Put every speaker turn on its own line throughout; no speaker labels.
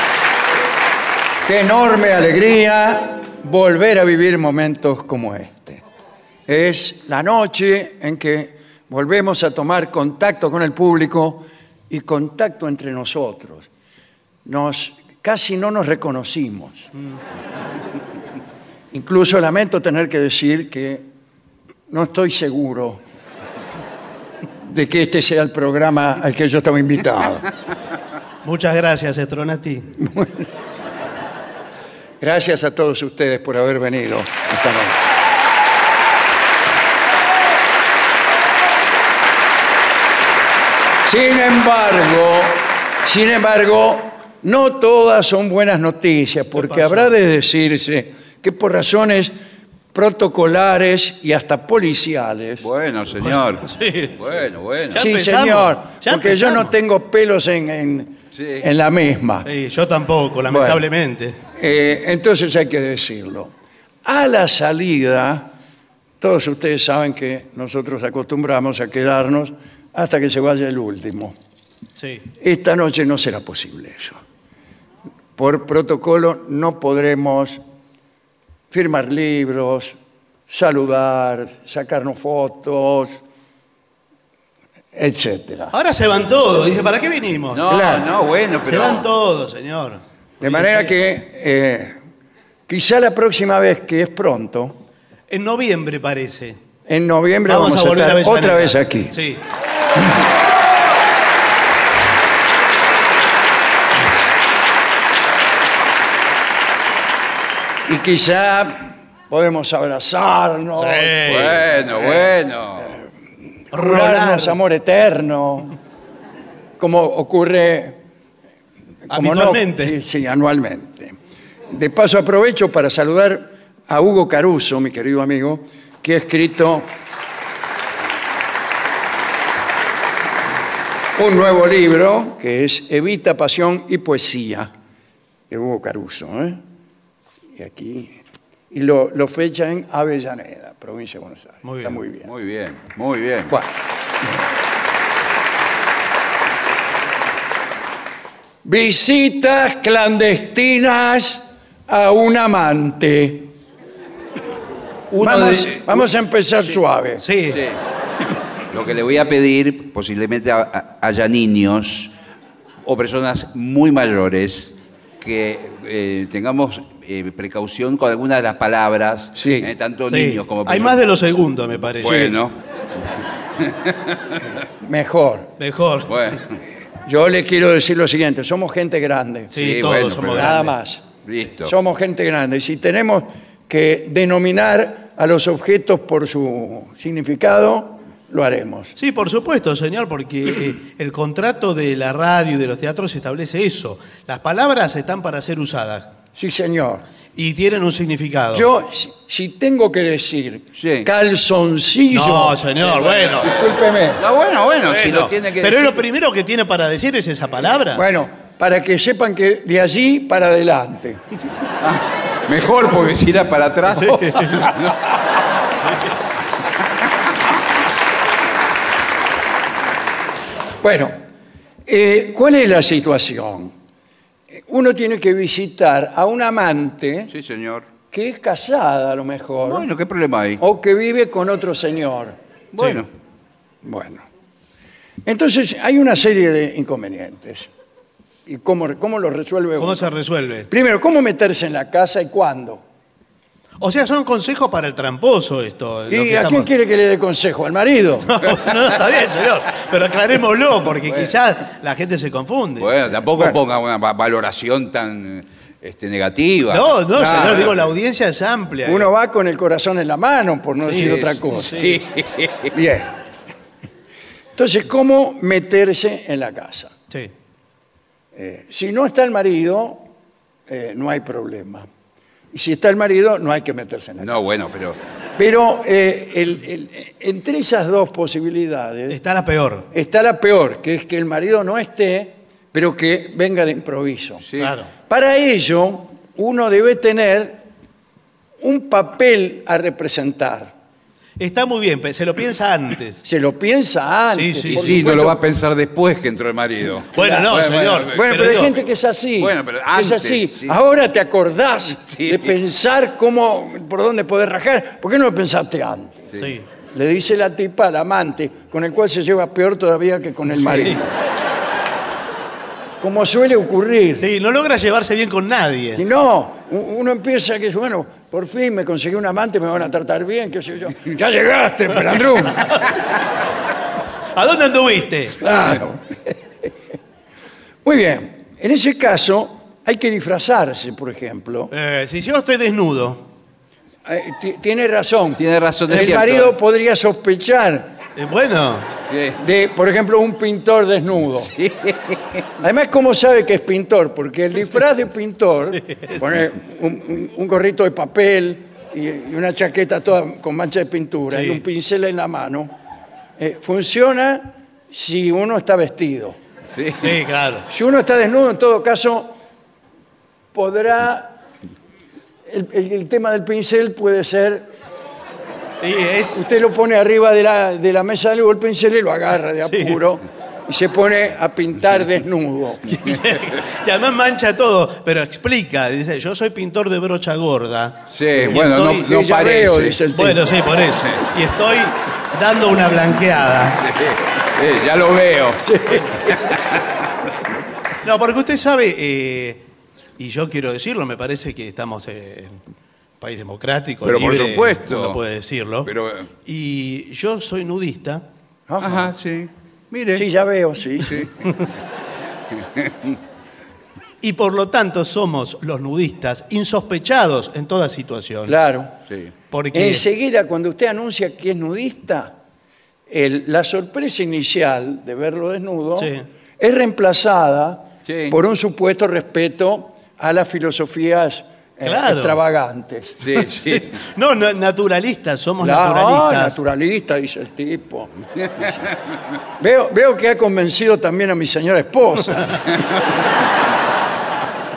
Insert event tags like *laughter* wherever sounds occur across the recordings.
Qué enorme alegría volver a vivir momentos como este. Es la noche en que volvemos a tomar contacto con el público y contacto entre nosotros. Nos casi no nos reconocimos. Incluso lamento tener que decir que no estoy seguro de que este sea el programa al que yo estaba invitado.
Muchas gracias, Estronati.
Gracias a todos ustedes por haber venido esta noche. Sin embargo, sin embargo, no todas son buenas noticias, porque
pasó?
habrá de decirse que por razones protocolares y hasta policiales.
Bueno, señor.
Sí.
Bueno, bueno.
pues, Ya
sí,
empezamos,
señor,
ya
porque yo
empezamos.
no tengo pelos en, en-
Sí.
en la misma.
Sí, yo tampoco, lamentablemente.
Eh, entonces hay que decirlo. A la salida, todos ustedes saben que nosotros acostumbramos a quedarnos hasta que se vaya el último.
Sí.
Esta noche no será posible eso. Por protocolo no podremos firmar libros, saludar, sacarnos fotos, etcétera.
Ahora se van todos. Dice, ¿para qué vinimos?
No,
Claro.
no, bueno,
se van
pero.
todos, señor.
De manera que eh, quizá la próxima vez, que es pronto,
En noviembre parece.
en noviembre vamos, a,
volver
estar
a Avellaneda.
otra vez aquí.
Sí.
Y quizá podemos abrazarnos,
Bueno,
Eh,
bueno.
jurarnos
Rolar.
amor eterno, como ocurre como no-
Habitualmente.
sí, sí, anualmente. De paso aprovecho para saludar a Hugo Caruso, mi querido amigo, que ha escrito un nuevo libro que es Evita Pasión y Poesía, de Hugo Caruso. ¿eh? Y aquí y lo, lo fecha en Avellaneda, provincia de Buenos Aires.
Muy
Está
bien.
muy bien.
Muy bien, muy bien.
Bueno. Visitas clandestinas a un amante.
uno
vamos,
de-
vamos a empezar suave.
Sí.
Sí. Lo que le voy a pedir, posiblemente a- a- haya niños o personas muy mayores que eh, tengamos eh, precaución con algunas de las palabras,
Sí.
eh, tanto
Sí.
niños como
Hay
personas.
más de lo segundo, me parece.
Bueno,
Mejor.
Mejor.
bueno, *laughs*
Yo le quiero decir lo siguiente, somos gente grande.
Sí,
Sí,
todos
bueno,
somos
pero-
Nada
grandes.
más.
listo.
Somos gente grande. Y si tenemos que denominar a los objetos por su significado, lo haremos.
Sí, por supuesto, señor, porque eh, el contrato de la radio y de los teatros establece eso. Las palabras están para ser usadas
Sí, señor.
y tienen un significado.
Yo, si- si tengo que decir
Sí.
calzoncillo,
No, señor, bueno.
discúlpeme.
No, bueno, eh, bueno, si
Bueno,
lo tiene que
pero es
decir-
lo primero que tiene para decir es esa palabra.
Bueno, para que sepan que de allí para adelante.
Mejor porque si era para atrás.
Bueno, eh, ¿cuál es la situación? Eh, Uno tiene que visitar a un amante
Sí, señor.
que es casada a lo mejor
Bueno, ¿qué problema
Oh,
hay?
o que vive con otro señor.
Bueno,
Bueno, entonces hay una serie de inconvenientes. ¿Y cómo, cómo lo resuelve
¿Cómo
uno?
se resuelve?
Primero, ¿cómo meterse en la casa y cuándo?
O sea, son consejos para el tramposo esto. lo
¿Y
que
a quién
estamos-
quiere que le dé consejo? ¿Al marido?
*laughs* No, no, está bien, señor. Pero aclarémoslo, porque quizás la gente se confunde.
bueno, tampoco
Bueno.
ponga una va- valoración tan este, negativa.
No, no,
Nada.
señor, digo, la audiencia es amplia.
Uno va con el corazón en la mano, por no
Sí,
decir otra
sí,
cosa.
*laughs* sí.
Bien. Entonces, ¿cómo meterse en la casa?
Sí.
Eh, si no está el marido, eh, no hay problema. Y si está el marido, no hay que meterse en la casa.
No, bueno, pero.
Pero eh, el- el- entre esas dos posibilidades
Está la peor.
está la peor, que es que el marido no esté, pero que venga de improviso.
Sí.
Claro.
Para ello, uno debe tener un papel a representar.
Está muy bien, pe- se lo piensa
*laughs*
antes.
Se lo piensa antes.
Sí,
Y
por
sí,
supuesto.
no lo va a pensar después que entró el marido.
Bueno, no,
Bueno,
señor.
bueno,
Bueno, pero, hay
digo,
gente que es así.
Bueno, pero
que
antes,
es así.
sí.
Ahora te acordás
*laughs* Sí.
de pensar cómo, por dónde podés rajar. ¿Por qué no lo pensaste antes?
Sí.
Le dice la tipa al amante, con el cual se lleva peor todavía que con el marido.
Sí.
Como suele ocurrir.
Sí, no logra llevarse bien con
Si
nadie.
no, u- uno empieza que, bueno, por fin me conseguí un amante, me van a tratar bien, qué sé yo. Ya
*laughs*
llegaste, Pelandrú.
¿A dónde anduviste?
Claro. Muy bien. En ese caso, hay que disfrazarse, por ejemplo.
Eh, si yo estoy desnudo.
Eh, ti- Tiene razón.
Tiene razón,
El
es cierto.
marido podría sospechar
Eh, bueno,
Sí.
de, por ejemplo, un pintor desnudo. Además, ¿cómo sabe que es pintor? Porque el disfraz de pintor, pone un, un- un gorrito de papel y, y una chaqueta toda con mancha de pintura
Sí.
y un pincel en la mano, eh, funciona si uno está vestido.
Sí.
sí, claro.
Si uno está desnudo, en todo caso, podrá... El, el- el tema del pincel puede ser,
Y es, *laughs*
usted lo pone arriba de la, de la mesa de luz, el pincel y lo agarra de apuro y se pone a
*laughs*
pintar desnudo.
y además mancha todo, pero explica. Dice, yo soy pintor de brocha gorda.
Sí,
Y
bueno, no-
estoy-
no,
Sí, ya
parece.
veo, dice el tipo.
Bueno, sí, por eso. Y estoy dando una blanqueada.
Sí, ya lo veo.
No, porque usted sabe, eh, y yo quiero decirlo, me parece que estamos eh, en un país democrático.
Pero por
libre,
supuesto.
Uno puede decirlo.
Pero, eh.
Y yo soy nudista.
Ajá, sí. Mire.
Sí, ya veo, sí.
Sí.
Y por lo tanto somos los nudistas insospechados en toda situación.
Claro.
Sí.
Porque
Eh, Enseguida, cuando usted anuncia que es nudista, el- la sorpresa inicial de verlo desnudo
Sí.
es reemplazada
Sí.
por un supuesto respeto a las filosofías eh,
Claro.
extravagantes.
Sí, sí.
*laughs* no, no, naturalistas, somos
La- ah,
naturalistas.
naturalista, dice el tipo. *laughs* veo, veo que ha convencido también a mi señora
*laughs*
esposa.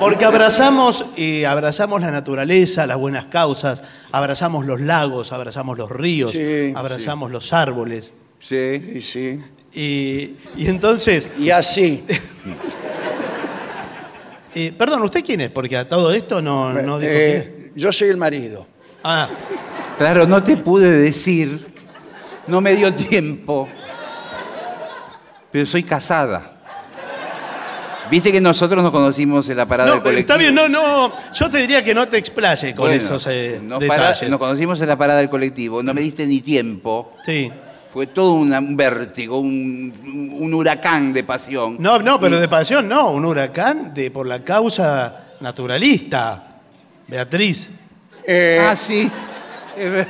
Porque abrazamos, eh, abrazamos la naturaleza, las buenas causas, abrazamos los lagos, abrazamos los ríos,
Sí,
abrazamos los árboles.
Sí.
Sí, sí.
Y, y entonces,
Y así.
eh, perdón, ¿usted quién es? Porque a todo esto no, no dijo quién es.
Eh, yo soy el marido.
Ah,
Claro, no te pude decir, no me dio tiempo, pero soy casada. Viste que nosotros nos conocimos en la parada
No,
del colectivo.
está bien, no, no. Yo te diría que no te explayes con
Bueno,
esos eh,
nos para-
detalles.
nos conocimos en la parada del colectivo, no me diste ni tiempo.
Sí.
Fue todo una- un vértigo, un, un huracán de pasión.
No, no, pero de pasión no, un huracán de por la causa naturalista. Beatriz.
Eh,
Ah, sí. Es ver-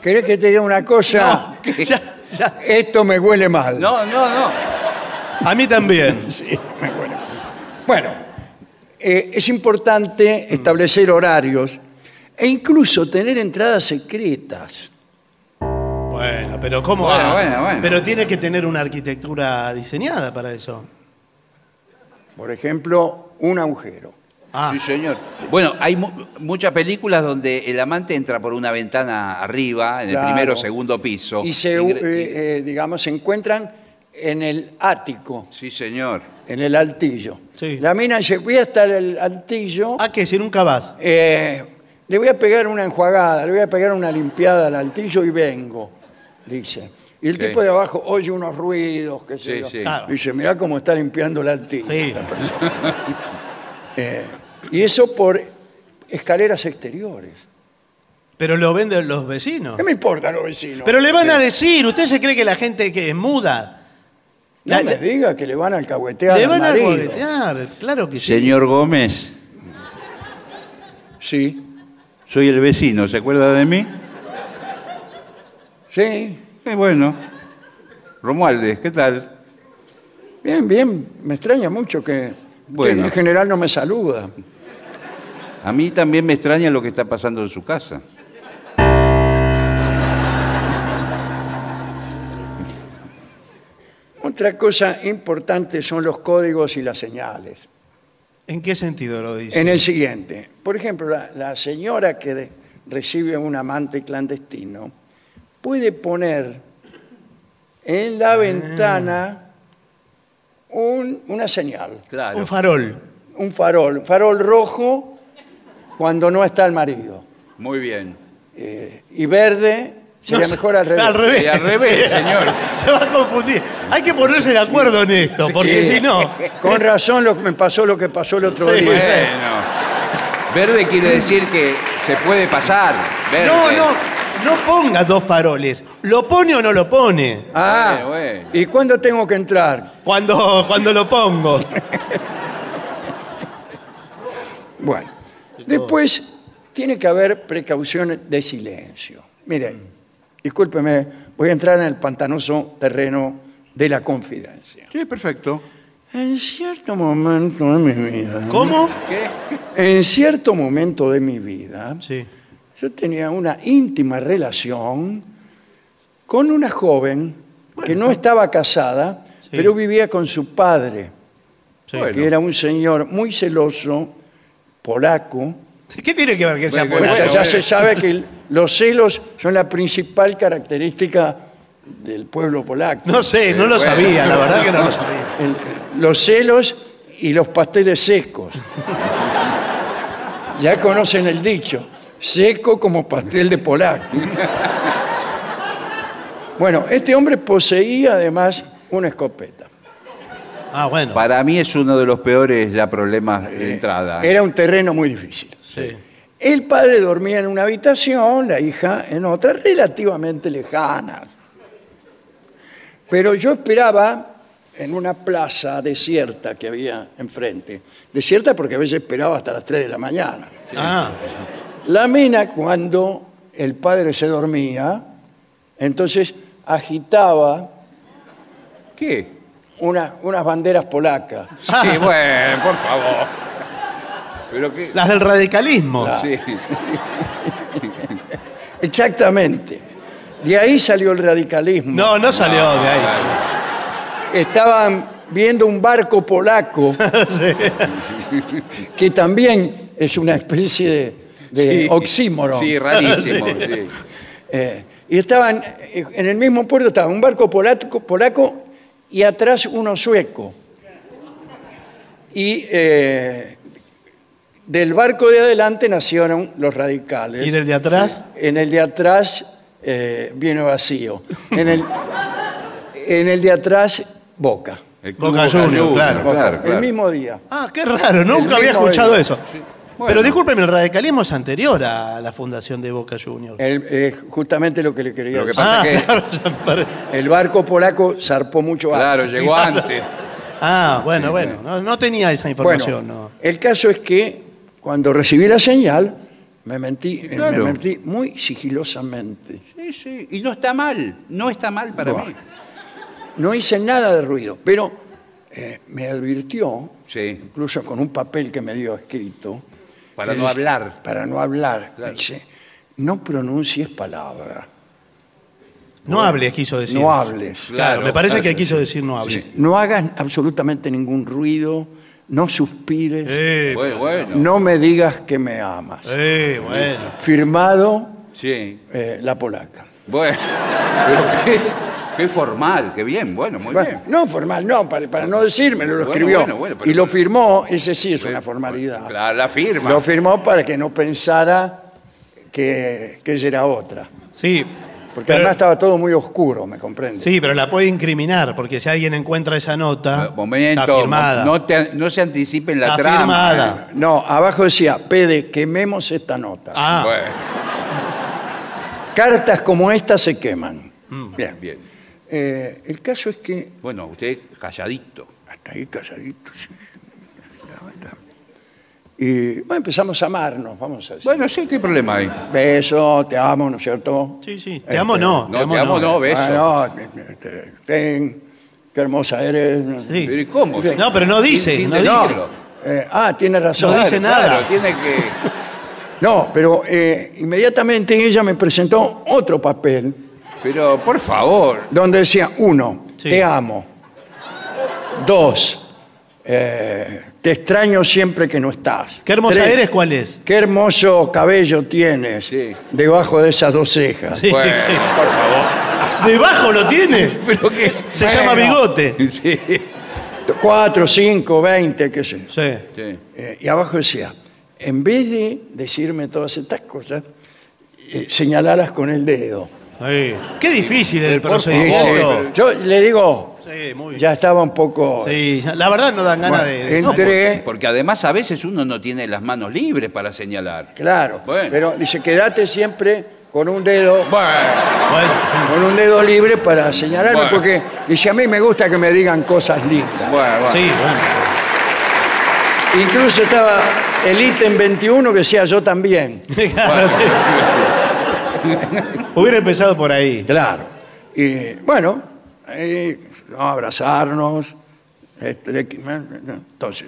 ¿Querés que te diga una cosa?
No, *laughs* ¿qué?
Ya, ya.
Esto me huele mal.
No, no, no.
A mí también.
Bueno, eh, es importante establecer horarios e incluso tener entradas secretas.
Bueno, pero ¿cómo
Bueno,
va?
bueno, bueno.
Pero tiene que tener una arquitectura diseñada para eso.
Por ejemplo, un agujero.
Ah,
Sí, señor. Bueno, hay mu- muchas películas donde el amante entra por una ventana arriba, en el
Claro.
primero o segundo piso.
Y se,
Ingre-
eh, eh, digamos, se encuentran en el ático,
Sí, señor.
en el altillo.
Sí.
La mina dice, voy hasta el altillo,
ah que si nunca vas.
eh, le voy a pegar una enjuagada, le voy a pegar una limpiada al altillo y vengo, dice. Y el
Sí.
tipo de abajo oye unos ruidos, qué sé
Sí,
yo.
sí.
Claro.
Dice, mirá cómo está limpiando el altillo.
Sí.
Eh, Y eso por escaleras exteriores.
Pero lo venden los vecinos.
¿Qué me importa los vecinos?
Ah. Pero le van a decir, ¿usted se cree que la gente que es muda?
no
la-
me diga que le van a alcahuetear
le
al
van a
marido.
boletear, claro que sí.
Señor Gómez,
Sí,
soy el vecino, ¿se acuerda de mí?
sí.
Eh, bueno. Romualdez, ¿qué tal?
Bien, bien. Me extraña mucho que
Bueno.
que en general no me saluda.
A mí también me extraña lo que está pasando en su casa.
Otra cosa importante son los códigos y las señales.
¿En qué sentido lo dice?
En el siguiente. Por ejemplo, la, la señora que de- recibe a un amante clandestino puede poner en
Ah.
la ventana un- una señal.
Claro.
Un farol.
un farol, un farol rojo cuando no está el marido.
Muy bien.
Eh, y verde sería
No,
mejor al revés.
Al revés.
Y
*laughs*
al revés, señor.
Se va a confundir. Hay que ponerse de acuerdo en esto, porque si
*laughs*
no.
Con razón lo, que me pasó lo que pasó el otro
Sí.
día.
Bueno. Verde quiere decir que se puede pasar. Verde.
No, no, no ponga dos faroles. ¿Lo pone o no lo pone?
Ah,
Bueno, bueno.
¿y cuándo tengo que entrar?
Cuando, cuando lo pongo.
Bueno, después tiene que haber precauciones de silencio. Miren, discúlpeme, voy a entrar en el pantanoso terreno de la confidencia.
Sí, perfecto.
En cierto momento de mi vida,
¿Cómo?
en cierto momento de mi vida,
Sí.
Yo tenía una íntima relación con una joven que no estaba casada, pero vivía con su padre,
sí.
Bueno.
que era un señor muy celoso, polaco.
¿Qué tiene que ver que sea
Bueno,
polaco?
Bueno, ya
bueno.
se sabe que el- los celos son la principal característica del pueblo polaco.
No sé, no lo
Bueno.
sabía, la verdad que no lo sabía.
El- los celos y los pasteles secos. Ya conocen el dicho, seco como pastel de polaco. Bueno, este hombre poseía además una escopeta.
Ah, bueno.
Para mí es uno de los peores ya problemas de entrada.
Era un terreno muy difícil.
Sí.
El padre dormía en una habitación, la hija en otra, relativamente lejana. Pero yo esperaba en una plaza desierta que había enfrente. Desierta porque a veces esperaba hasta las 3 de la mañana.
Ah,
La mina, cuando el padre se dormía, entonces agitaba
¿Qué? *laughs*
una- unas banderas polacas.
Sí, bueno, por favor. Pero qué.
las del radicalismo.
Sí.
Exactamente. De ahí salió el radicalismo.
No, no salió de ahí.
Ah, estaban viendo un barco polaco que también es una especie de, de
Sí.
oxímoron.
Sí, rarísimo. eh, *laughs* sí.
Eh, y estaban eh, en el mismo puerto, estaba un barco polaco, polaco y atrás uno sueco. Y eh, del barco de adelante nacieron los radicales.
¿Y del de atrás?
En el de atrás eh, vino vacío. En el, en el de atrás, Boca.
El Club
Boca Juniors, claro.
Boca.
claro, claro.
El mismo día.
Ah, qué raro, nunca había
mismo
escuchado
día.
eso. Pero discúlpeme, el radicalismo es anterior a la fundación de Boca Juniors.
El- eh, justamente lo que le quería
Lo que
decir.
pasa
ah,
que-
claro, ya me parece.
El barco polaco zarpó mucho antes.
Claro, llegó antes.
Ah, bueno, bueno, no, no tenía esa información.
Bueno,
no.
el caso es que cuando recibí la señal, me mentí, eh,
claro.
me mentí muy sigilosamente.
*laughs* Sí, sí. Y no está mal, no está mal para
Bueno.
mí.
No hice nada de ruido, pero eh, me advirtió,
Sí,
incluso con un papel que me dio escrito,
para
que
no
es-
hablar.
Para no hablar.
Claro.
Dice, no pronuncies palabra,
No hables, quiso decir.
no hables.
Claro, me parece que quiso decir no hables.
Dice, No hagas absolutamente ningún ruido, no suspires,
Eh,
Bueno, bueno.
no me digas que me amas.
eh, bueno.
Firmado
Sí.
eh, la polaca.
Bueno. *laughs* Pero qué, qué formal, qué bien, bueno, muy
Bueno,
bien.
no formal, no, para, para no decírmelo, lo
Bueno,
escribió.
bueno, bueno, pero-
y lo firmó, ese sí es una
Bueno,
formalidad.
Claro, Pues, la firma.
Lo firmó para que no pensara que, que ella era otra.
Sí.
Porque
pero-
además estaba todo muy oscuro, ¿me comprende?
Sí, pero la puede incriminar, porque si alguien encuentra esa nota,
Momento,
está firmada.
No, te- no se anticipen la
está
trama.
firmada.
No, abajo decía, pede, quememos esta nota.
Ah,
¿eh? Bueno,
Cartas como esta se queman.
Mm.
Bien.
bien.
Eh, el caso es que
Bueno, usted calladito.
Hasta ahí casaditos. Y bueno, empezamos a amarnos, vamos a decir.
Bueno, sí, ¿qué problema hay?
Beso, te amo, ¿no es cierto?
sí, sí. Te amo, no.
No, te amo, no, beso.
Ah, no, te- te- te- ten, qué hermosa eres.
Sí.
Pero ¿y cómo?
Sí.
No, pero no dice,
Sin- sin
no
decirlo.
Eh, ah, tienes razón.
No dice
Claro,
nada.
claro, tiene que...
No, pero eh, inmediatamente ella me presentó otro papel
Pero, por favor.
donde decía, uno,
Sí.
te amo. Dos, eh, te extraño siempre que no estás.
Qué hermosa
Tres,
eres, ¿cuál es?
Qué hermoso cabello tienes
Sí.
debajo de esas dos cejas.
Sí.
Bueno, por favor.
*laughs* Debajo lo tiene.
Pero
*laughs*
que...
Se
Bueno.
llama bigote.
Sí,
Cuatro, cinco, veinte, qué sé yo.
Sí.
sí.
Eh, y abajo decía, en vez de decirme todas estas cosas, eh, señalalas con el dedo.
Sí. Qué difícil el
Por favor,
Y dice,
procedimiento.
yo le digo,
Sí, muy bien.
ya estaba un poco...
Sí, ya- la verdad no dan ganas
Bueno,
de. de
en-
salir.
Tres.
Porque además a veces uno no tiene las manos libres para señalar.
Claro,
Bueno.
pero dice, quédate siempre con un dedo...
Bueno,
Bueno, sí.
Con un dedo libre para señalarme,
Bueno.
porque dice, a mí me gusta que me digan cosas lindas.
bueno, bueno.
Sí, bueno.
Incluso estaba el ítem 21 que decía yo también.
*laughs* Claro, sí. Hubiera empezado por ahí.
Claro. Y bueno, ahí, no, abrazarnos. este, de qui- entonces,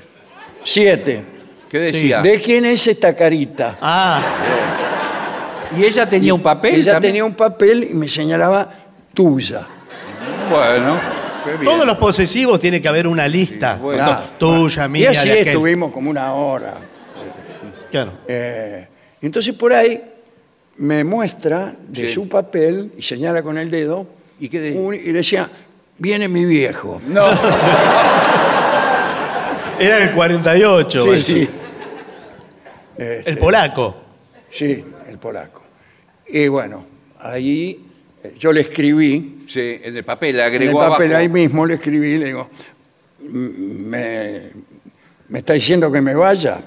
siete.
¿Qué decía?
¿De quién es esta carita?
Ah,
¿Y ella tenía un papel
Ella tenía
también?
un papel y me señalaba tuya.
Bueno, qué bien.
todos los posesivos tiene que haber una lista.
bueno.
Claro.
Tuya,
Y
mía,
así
de aquel.
estuvimos como una hora.
Claro.
Eh, entonces por ahí me muestra de
Sí.
su papel y señala con el dedo
¿Y qué de-
un- y decía, viene mi viejo.
No,
Era el 48.
Sí,
bueno.
sí.
El polaco.
Sí, el polaco. Y bueno, ahí eh, yo le escribí,
sí, en el papel
en el
agregó
papel
abajo.
ahí mismo le escribí, le digo, "Mm, me, me está diciendo que me vaya.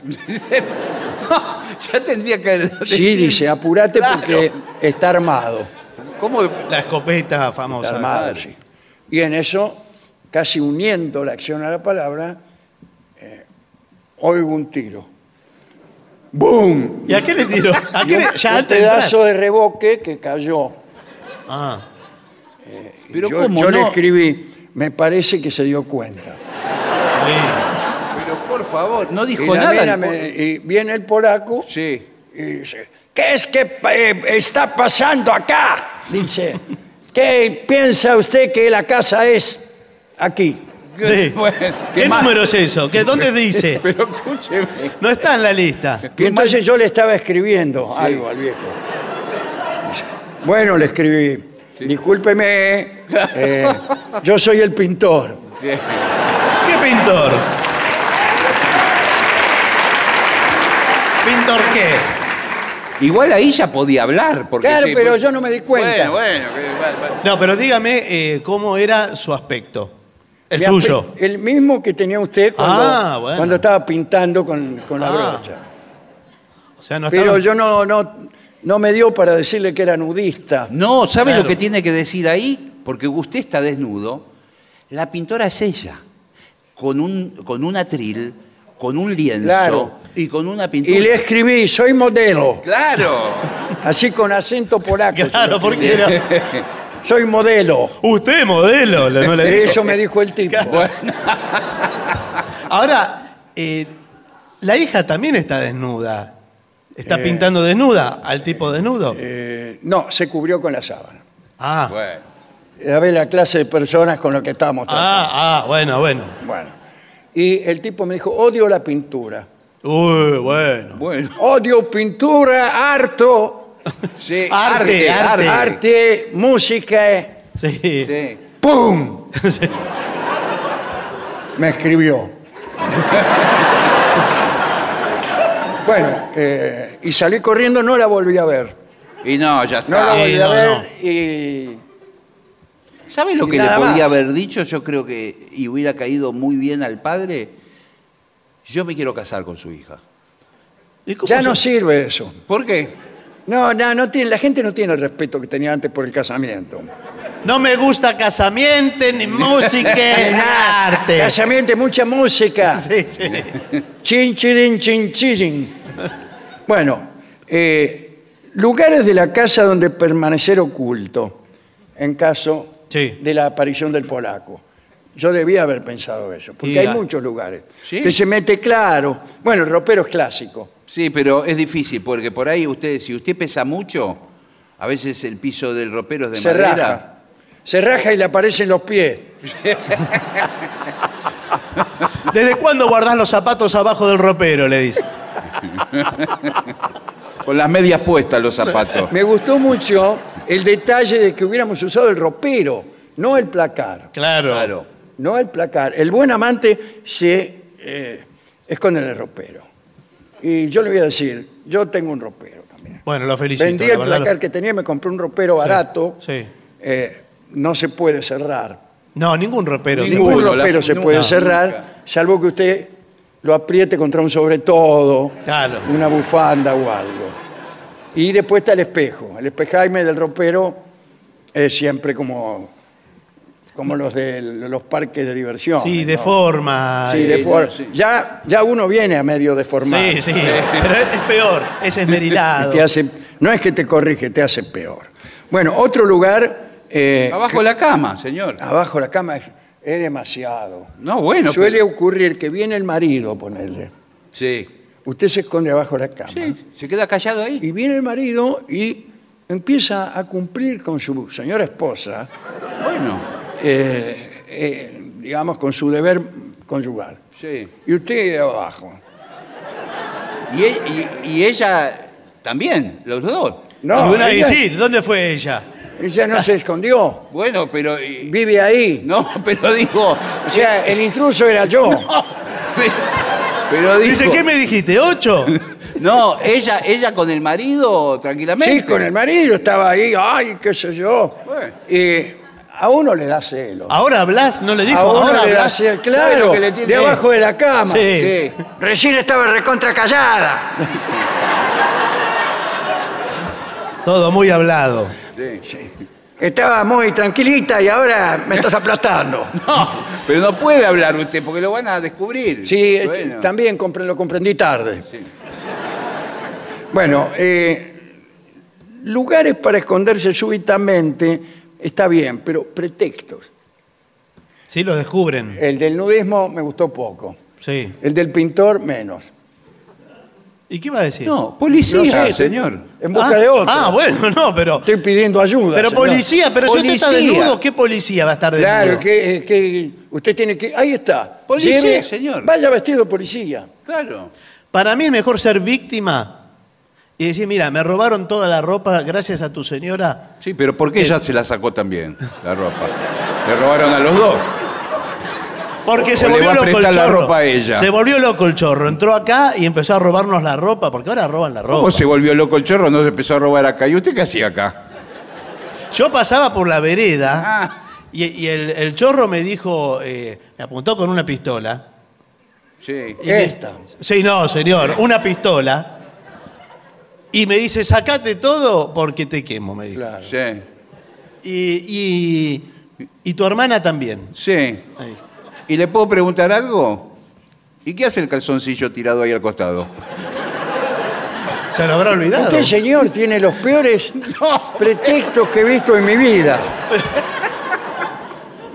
ya tendría que
Sí,
decir-
dice, apurate
Claro.
porque está armado.
¿Cómo?
La escopeta
Está
famosa.
armado,
claro.
sí. Y en eso, casi uniendo la acción a la palabra, eh, oigo un tiro. ¡Bum!
¿Y a qué le tiró? ¿A
Y
Ah, qué
un,
le- ya
un
antes de entrar?
pedazo de reboque que cayó.
Ah.
Y
Pero
yo
cómo
yo le
no.
escribí, me parece que se dio cuenta.
Sí.
Pero por favor, no dijo
Y, la
nada.
nena
el
me- y viene el polaco
po- Sí.
y dice, ¿qué es que pa- eh, está pasando acá? Dice, ¿qué piensa usted que la casa es aquí?
Sí.
Bueno,
¿Qué,
más?
número es eso? ¿Qué, ¿Dónde dice?
Pero escúcheme.
No está en la lista.
Y entonces yo le estaba escribiendo algo al viejo. Bueno, le escribí, discúlpeme, eh, yo soy el pintor.
¿Qué pintor? entorqué.
Igual ahí ya podía hablar. Porque
Claro,
sí,
pero
pues-
yo no me di cuenta.
Bueno, bueno, que- bueno, bueno.
No, pero dígame eh, cómo era su aspecto. El
Mi
suyo.
aspecto- El mismo que tenía usted cuando,
Ah, bueno.
cuando estaba pintando con, con la
Ah,
brocha.
O sea, no
Pero
estaba-
yo no, no, no me dio para decirle que era nudista.
No, ¿sabe
Claro.
lo que tiene que decir ahí? Porque usted está desnudo. La pintora es ella, con un, con un atril, con un lienzo
Claro.
y con una pintura.
Y le escribí, soy modelo,
¡Claro!
así con acento polaco.
Claro, porque era...
Soy modelo.
Usted modelo, le- no
*laughs*
le digo.
Eso me dijo el tipo.
Ahora, eh, la hija también está desnuda. Está pintando desnuda al tipo desnudo.
Eh, no, se cubrió con la sábana.
ah,
Bueno.
A ver la clase de personas con lo que estábamos tratando.
ah, ah, bueno, bueno.
Bueno. Y el tipo me dijo, odio la pintura.
Uy, bueno.
Bueno,
Odio pintura, harto,
sí,
Arte, arte.
arte, música. eh,
Sí.
Sí.
¡Pum! Me escribió. bueno, eh, y salí corriendo, no la volví a ver.
Y no, ya
No la
está.
Eh,
volví a
no,
ver
no.
y...
¿Sabe lo
y
que le
nada
podía
más.
haber dicho? Yo creo que, y hubiera caído muy bien al padre, yo me quiero casar con su hija.
¿Y cómo
Ya
se-
no sirve eso.
¿Por qué?
No, no, no tiene, la gente no tiene el respeto que tenía antes por el casamiento.
No me gusta casamiento, ni música, *laughs* ni arte.
Casamiento, mucha música.
Sí, sí.
Chin, chirin, chin, chirin. Bueno, eh, lugares de la casa donde permanecer oculto en caso
Sí.
de la aparición del polaco. Yo debía haber pensado eso, porque
Y
hay
la-
muchos lugares.
Sí.
Que se mete claro. Bueno, el ropero es clásico.
Sí, pero es difícil, porque por ahí usted, si usted pesa mucho, a veces el piso del ropero es de
se
madera.
raja. Se raja y le aparecen los pies.
¿Desde cuándo guardás los zapatos abajo del ropero? Le dice.
Con las medias puestas los
*laughs*
zapatos.
Me gustó mucho el detalle de que hubiéramos usado el ropero, no el placar.
Claro.
Claro.
No el placar. El buen amante se eh, esconde en el ropero. Y yo le voy a decir, yo tengo un ropero también.
Bueno, lo felicito.
Vendí
la
el
verdad, lo-
placar que tenía, me compré un ropero barato.
sí.
Eh, no se puede cerrar.
No, ningún ropero. se
Ningún
puede.
ropero
La-
se
nunca,
puede cerrar,
nunca.
salvo que usted lo apriete contra un sobre todo,
Claro.
una bufanda o algo. Y después está el espejo. El espejaime del ropero es siempre como, como los de los parques de diversión.
Sí, de
¿no?
forma. eh,
Sí,
Ay,
de
no,
for-
sí.
Ya, ya uno viene a medio deformado.
Sí, sí. Pero es peor,
*laughs*
es esmerilado.
Te hace, no es que te corrige, te hace peor. Bueno, otro lugar. eh,
Abajo la cama, señor.
que- abajo la cama es, es demasiado.
No, bueno.
Suele
pero-
ocurrir que viene el marido, ponerle.
Sí.
Usted se esconde abajo la cama.
Sí, se queda callado ahí.
Y viene el marido y empieza a cumplir con su señora esposa,
Bueno,
eh, eh, digamos, con su deber conyugal.
sí.
Y usted de abajo.
Y, e- y- y ella también, los dos.
No,
Y una- y
ella-
sí, ¿dónde fue ella?
ella no se escondió.
Bueno, pero. y-
vive ahí.
No, *laughs* pero digo.
O sea, el intruso era yo.
Pero digo.
Dice, ¿qué me dijiste? ¿Ocho?
No, ella, ella con el marido
Sí,
tranquilamente.
con el marido estaba ahí, ay, qué sé yo.
Bueno. Ah,
Y a uno le da celo.
¿Ahora hablas? ¿No le dijo?
a uno
¿Ahora
le da
hablas?
celo,
¿Sabe
claro,
lo que le tiene?
de abajo de la cama.
Sí.
Sí.
Recién estaba recontra callada.
Todo muy hablado.
sí.
Estaba muy tranquilita y ahora me estás aplastando.
No, *laughs* pero no puede hablar usted porque lo van a descubrir.
Sí, es-
Bueno.
también compre- lo comprendí tarde.
Sí.
Bueno, eh, lugares para esconderse súbitamente está bien, pero pretextos.
Sí, lo descubren.
El del nudismo me gustó poco.
Sí.
El del pintor, menos.
¿Y qué iba a decir?
No,
No
policía,
sé, estoy
señor.
En busca
Ah,
de otro.
Ah, bueno, no, pero.
Estoy pidiendo ayuda.
Pero
señor.
policía, pero si usted está
Policía.
desnudo, ¿qué policía va a estar desnudo?
Claro, que, que usted tiene que. Ahí está.
Policía, señor.
Vaya vestido policía.
Claro.
Para mí es mejor ser víctima y decir, mira, me robaron toda la ropa gracias a tu señora.
Sí,
Eh.
pero ¿por qué ella se la sacó también, la ropa? Le robaron a los dos.
Porque se
O le
volvió
va a
loco el
prestar la
chorro.
ropa a ella.
Se volvió loco el chorro. Entró acá y empezó a robarnos la ropa, porque ahora roban la ropa.
¿Cómo se volvió loco el chorro? No se empezó a robar acá. ¿Y usted qué hacía acá?
Yo pasaba por la vereda
Ah.
y, y el, el chorro me dijo, eh, me apuntó con una pistola.
*laughs* Sí.
Y me-
Esta.
Sí, no, señor, una pistola. Y me dice, sacate todo porque te quemo, me dijo.
Claro.
Sí.
Y, y- y tu hermana también.
Sí.
Ahí.
¿Y le puedo preguntar algo? ¿Y qué hace el calzoncillo tirado ahí al costado?
Se lo habrá olvidado.
Este señor tiene los peores pretextos que he visto en mi vida.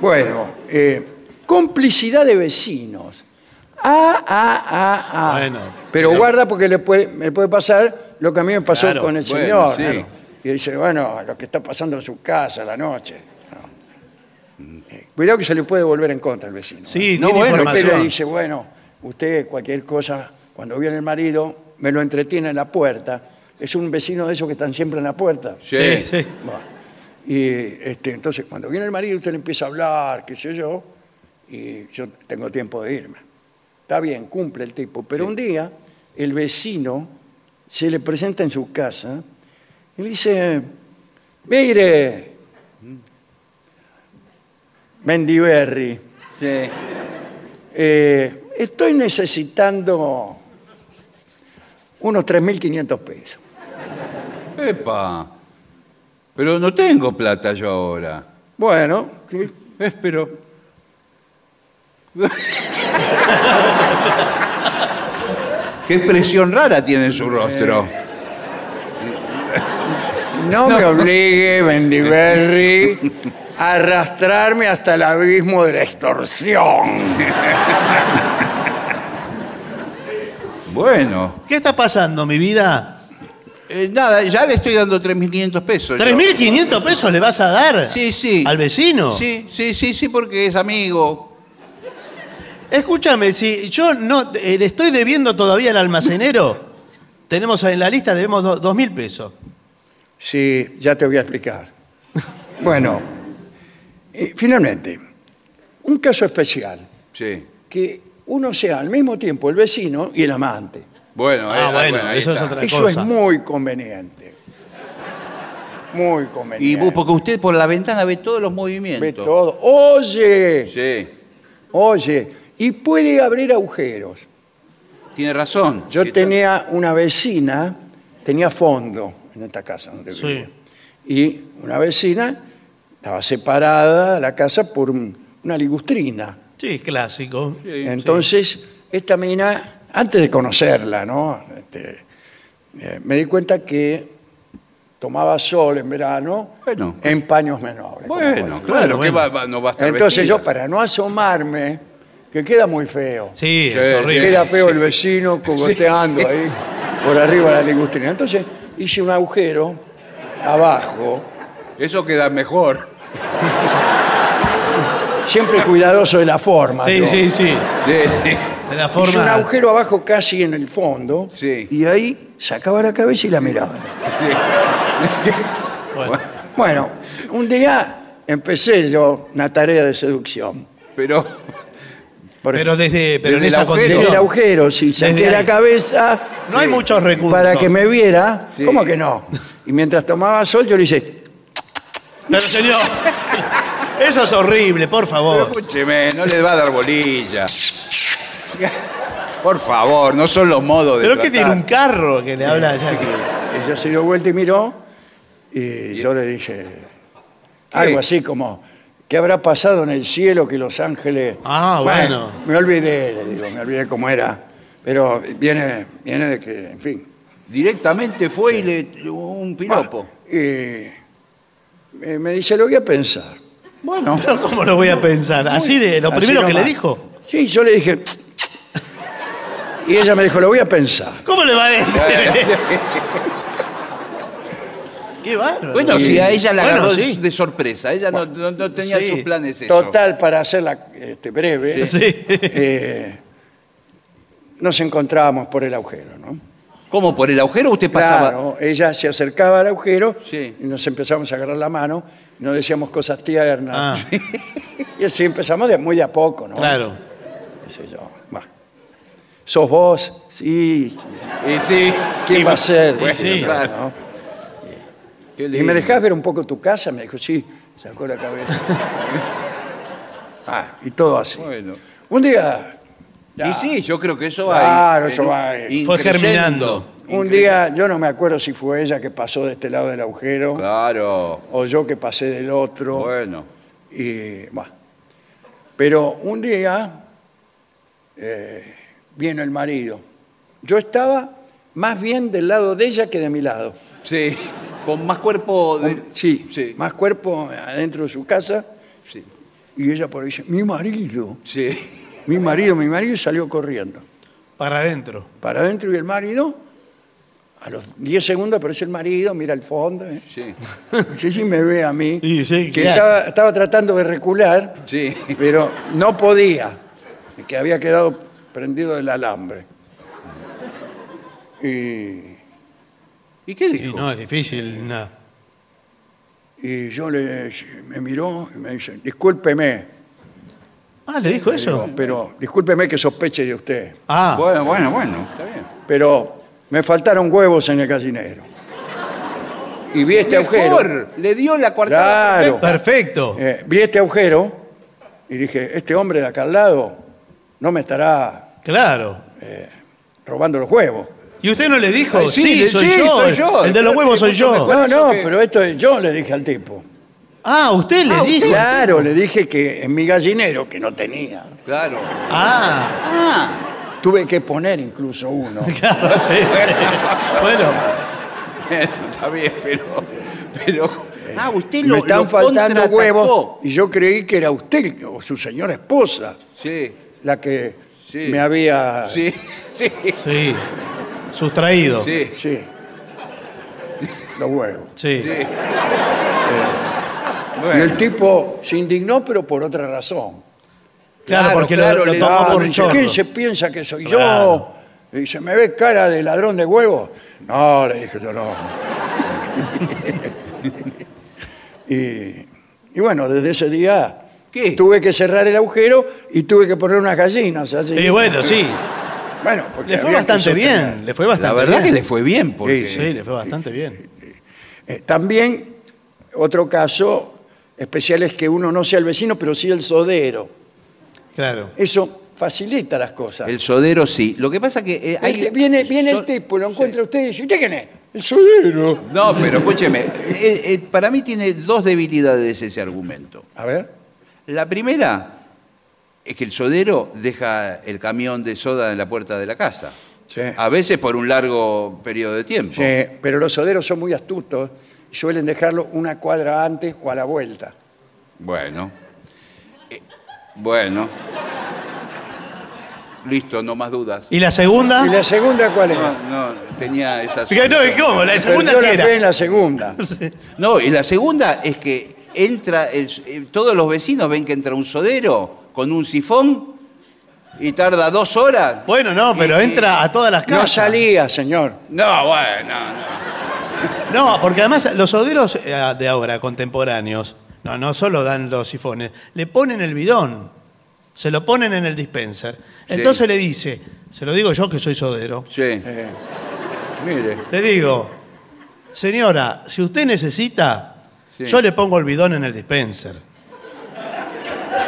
Bueno, eh, complicidad de vecinos. Ah, ah, ah, ah.
Bueno,
pero, guarda porque le puede, me puede pasar lo que a mí me pasó
Claro,
con el
bueno,
señor.
sí.
Claro. Y dice, bueno, lo que está pasando en su casa a la noche. No. Eh, Cuidado que se le puede volver en contra al vecino. ¿eh?
Sí,
No,
tiene
bueno,
Usted le
información.
dice, bueno, usted cualquier cosa, cuando viene el marido, me lo entretiene en la puerta. Es un vecino de esos que están siempre en la puerta.
Sí, sí.
Bueno, y este, entonces, cuando viene el marido, usted le empieza a hablar, qué sé yo, y yo tengo tiempo de irme. Está bien, cumple el tipo. Pero un día, el vecino se le presenta en su casa y le dice, mire, Mendiberri,
Sí.
eh, estoy necesitando unos 3.500 pesos.
Epa. Pero no tengo plata yo ahora.
Bueno, ¿qué?
Eh, pero. *laughs* Qué expresión rara tiene en su rostro.
No me obligue, Bendiberri, a arrastrarme hasta el abismo de la extorsión.
Bueno.
¿Qué está pasando, mi vida?
Eh, nada, ya le estoy dando 3.500 pesos. yo.
¿3.500 pesos le vas a dar
Sí, sí.
al vecino?
Sí, sí, sí, sí, porque es amigo.
Escúchame, si yo no eh, le estoy debiendo todavía al almacenero, tenemos en la lista, debemos do- 2.000 pesos.
Sí, ya te voy a explicar. Bueno, eh, finalmente, un caso especial,
Sí.
que uno sea al mismo tiempo el vecino y el amante.
Bueno, eh,
Ah, bueno,
ahí
eso es
está.
otra
Eso es
cosa.
muy conveniente. Muy
Y
conveniente.
vos, porque usted por la ventana ve todos los movimientos.
Ve todo. Oye,
Sí,
oye, y puede abrir agujeros.
tiene razón.
Yo
Sí,
tenía una vecina, tenía fondo en esta casa donde
Sí.
vivo. Y una vecina estaba separada de la casa por un- una ligustrina.
Sí, es clásico.
Sí,
Entonces, esta mina, antes de conocerla, ¿no? Este, eh, me di cuenta que tomaba sol en verano
Bueno.
en paños menores. como
Bueno,
cualquiera.
claro,
Bueno,
que
bueno.
va- va- no va a estar
Entonces
vestida.
yo, para no asomarme, que queda muy feo.
Sí,
Sí,
es horrible.
Queda feo el vecino cogoteando ahí por arriba de la ligustrina. Entonces hice un agujero abajo,
Eso queda mejor.
siempre cuidadoso de la forma.
Sí,
yo.
sí, sí.
Sí,
*laughs*
sí.
De la
Hice un
forma.
agujero abajo casi en el fondo
Sí.
y ahí sacaba la cabeza y la miraba.
Bueno,
Bueno, un día empecé yo una tarea de seducción.
Pero,
Por
pero desde, pero en
Desde
esa
el agujero.
desde
condición.
el agujero, sí,
Desde
saqué la
ahí.
cabeza
No hay muchos recursos.
para que me viera.
Sí.
¿Cómo que no? Y mientras tomaba sol yo le hice...
Pero señor, *laughs* eso es horrible, por
pero
favor.
escúcheme, no le va a dar bolilla. Por favor, no son los modos de
Pero que tiene
tratar.
un carro que le habla allá que-
Ella se dio vuelta y miró y yo le dije algo así como, ¿qué habrá pasado en el cielo que los ángeles...
Ah, bueno.
Me olvidé, le digo, me olvidé cómo era. Pero viene, viene de que, en fin.
Directamente fue y le un piropo.
Eh, me eh, me dice, lo voy a pensar.
Bueno,
Pero ¿cómo lo voy a pensar? Así de lo
Así
primero que le
nomás.
dijo.
Sí, yo le dije... y ella me dijo, lo voy a pensar.
¿Cómo le va a decir? *laughs* Qué bárbaro.
bueno,
Sí.
si a ella la
Bueno,
agarró
sí.
de sorpresa, ella no, no- no tenía
Sí.
sus planes eso.
Total, para hacerla este, breve,
*laughs* Sí.
eh, nos encontrábamos por el agujero, ¿no?
¿Cómo? ¿Por el agujero usted pasaba?
Claro, ella se acercaba al agujero
Sí.
y nos empezamos a agarrar la mano, y nos decíamos cosas tiernas.
Ah,
*laughs* Y así empezamos de muy a poco, ¿no?
claro.
Qué sé yo. Va. ¿Sos vos? Sí.
Y Eh, sí.
¿Quién
Y
va a ser?
bueno,
sí.
claro.
¿no?
Qué
¿Y me
lindo.
dejás ver un poco tu casa? Me dijo, sí, sacó la cabeza.
*laughs*
ah, y todo así.
Bueno.
Un día,
Y sí, yo creo que eso va.
Ah. Claro,
eh,
eso va.
in-
Fue
creciendo.
germinando.
un día, yo no me acuerdo si fue ella que pasó de este lado del agujero
Claro.
o yo que pasé del otro.
Bueno.
Y, bah. Pero un día eh, vino el marido. Yo estaba más bien del lado de ella que de mi lado.
Sí. Con más cuerpo. de-
Sí,
Sí.
más cuerpo adentro de su casa.
Sí.
Y ella por ahí dice, mi marido,
Sí.
mi marido, mi marido, y salió corriendo.
Para adentro.
Para adentro y el marido, a los 10 segundos aparece el marido, mira el fondo. ¿eh?
Sí.
*laughs* Sí, sí, me ve a mí.
Y sí,
que
¿qué
estaba, estaba tratando de recular,
Sí.
pero no podía, que había quedado prendido del alambre. Y,
¿Y qué
Y
dijo?
no, es difícil, nada.
y yo le, me miró y me dice, discúlpeme,
Ah, ¿le dijo eso?
digo, pero discúlpeme que sospeche de usted,
Ah,
Bueno, bueno, bueno. Está bien.
pero me faltaron huevos en el gallinero. Y vi este agujero.
Mejor. Le dio la cuartada.
Claro.
perfecta.
perfecto.
eh, vi este agujero y dije, este hombre de acá al lado no me estará
Claro.
robando los huevos.
¿Y usted no le dijo?
Ay, sí,
sí,
le-
soy,
sí,
yo.
soy yo.
El de los huevos soy yo.
Bueno,
No,
eso
no,
que-
pero esto es- yo le dije al tipo.
Ah, usted le dijo.
Claro, le dije que en mi gallinero, que no tenía,
Claro.
Ah,
*laughs*
*laughs*
Ah.
tuve que poner incluso
*laughs*
uno.
claro, sí, sí. Bueno,
Está bien, pero. Pero. Ah, usted lo.
Me están
lo
faltando
contraatacó.
huevos y yo creí que era usted o su señora esposa
Sí.
la que
Sí.
me había...
Sí. Sí.
sí. Sustraído. Sí.
Sí. *laughs*
Sí. Los huevos.
Sí.
Y
Bueno.
el tipo se indignó, pero por otra razón.
Claro,
Claro,
porque
claro,
lo, lo
le-
tomó
Ah,
Claro,
por
dice,
chorro.
¿Quién se piensa que soy
Claro.
yo? Y se me ve cara de ladrón de huevos. No, le dije yo
*laughs*
no. y, y bueno, desde ese día
¿Qué?
tuve que cerrar el agujero y tuve que poner unas gallinas allí.
Y bueno, sí.
Bueno, porque
Le fue
había que
bastante
sostener.
bien. Le fue bastante
La verdad que
bien.
le fue bien, porque.
Sí,
Sí, le fue bastante bien.
Eh, también, otro caso especial es que uno no sea el vecino, pero sí el sodero.
Claro.
Eso facilita las cosas.
El sodero sí. Lo que pasa que eh, hay-
Este, viene viene
son-
el tipo, lo encuentra usted y dice, ¿usted quién es? El sodero.
No, pero escúcheme. eh, eh, para mí tiene dos debilidades ese argumento.
A ver.
La primera es que el sodero deja el camión de soda en la puerta de la casa.
Sí.
Ah,
A veces por un largo periodo de tiempo.
Sí, pero los soderos son muy astutos y suelen dejarlo una cuadra antes o a la vuelta.
Bueno. Eh, bueno. Listo, no más dudas.
¿Y la segunda?
¿Y la segunda cuál es?
No, no, tenía esa...
Diga, No, ¿y cómo? ¿La Ah. segunda
Perdió
qué
la
era?
fe en la
*laughs*
segunda.
No, y la segunda es que entra, el- eh, todos los vecinos ven que entra un sodero con un sifón y tarda dos horas.
Bueno, no, pero
Y- y-
entra a todas las casas.
No salía, señor.
No, bueno, no.
No, porque además los soderos eh, de ahora, contemporáneos, no, no solo dan los sifones, le ponen el bidón, se lo ponen en el dispenser. Entonces le dice, se lo digo yo que soy sodero,
Sí,
Eh,
mire.
le digo, señora, si usted necesita,
Sí.
yo le pongo el bidón en el dispenser.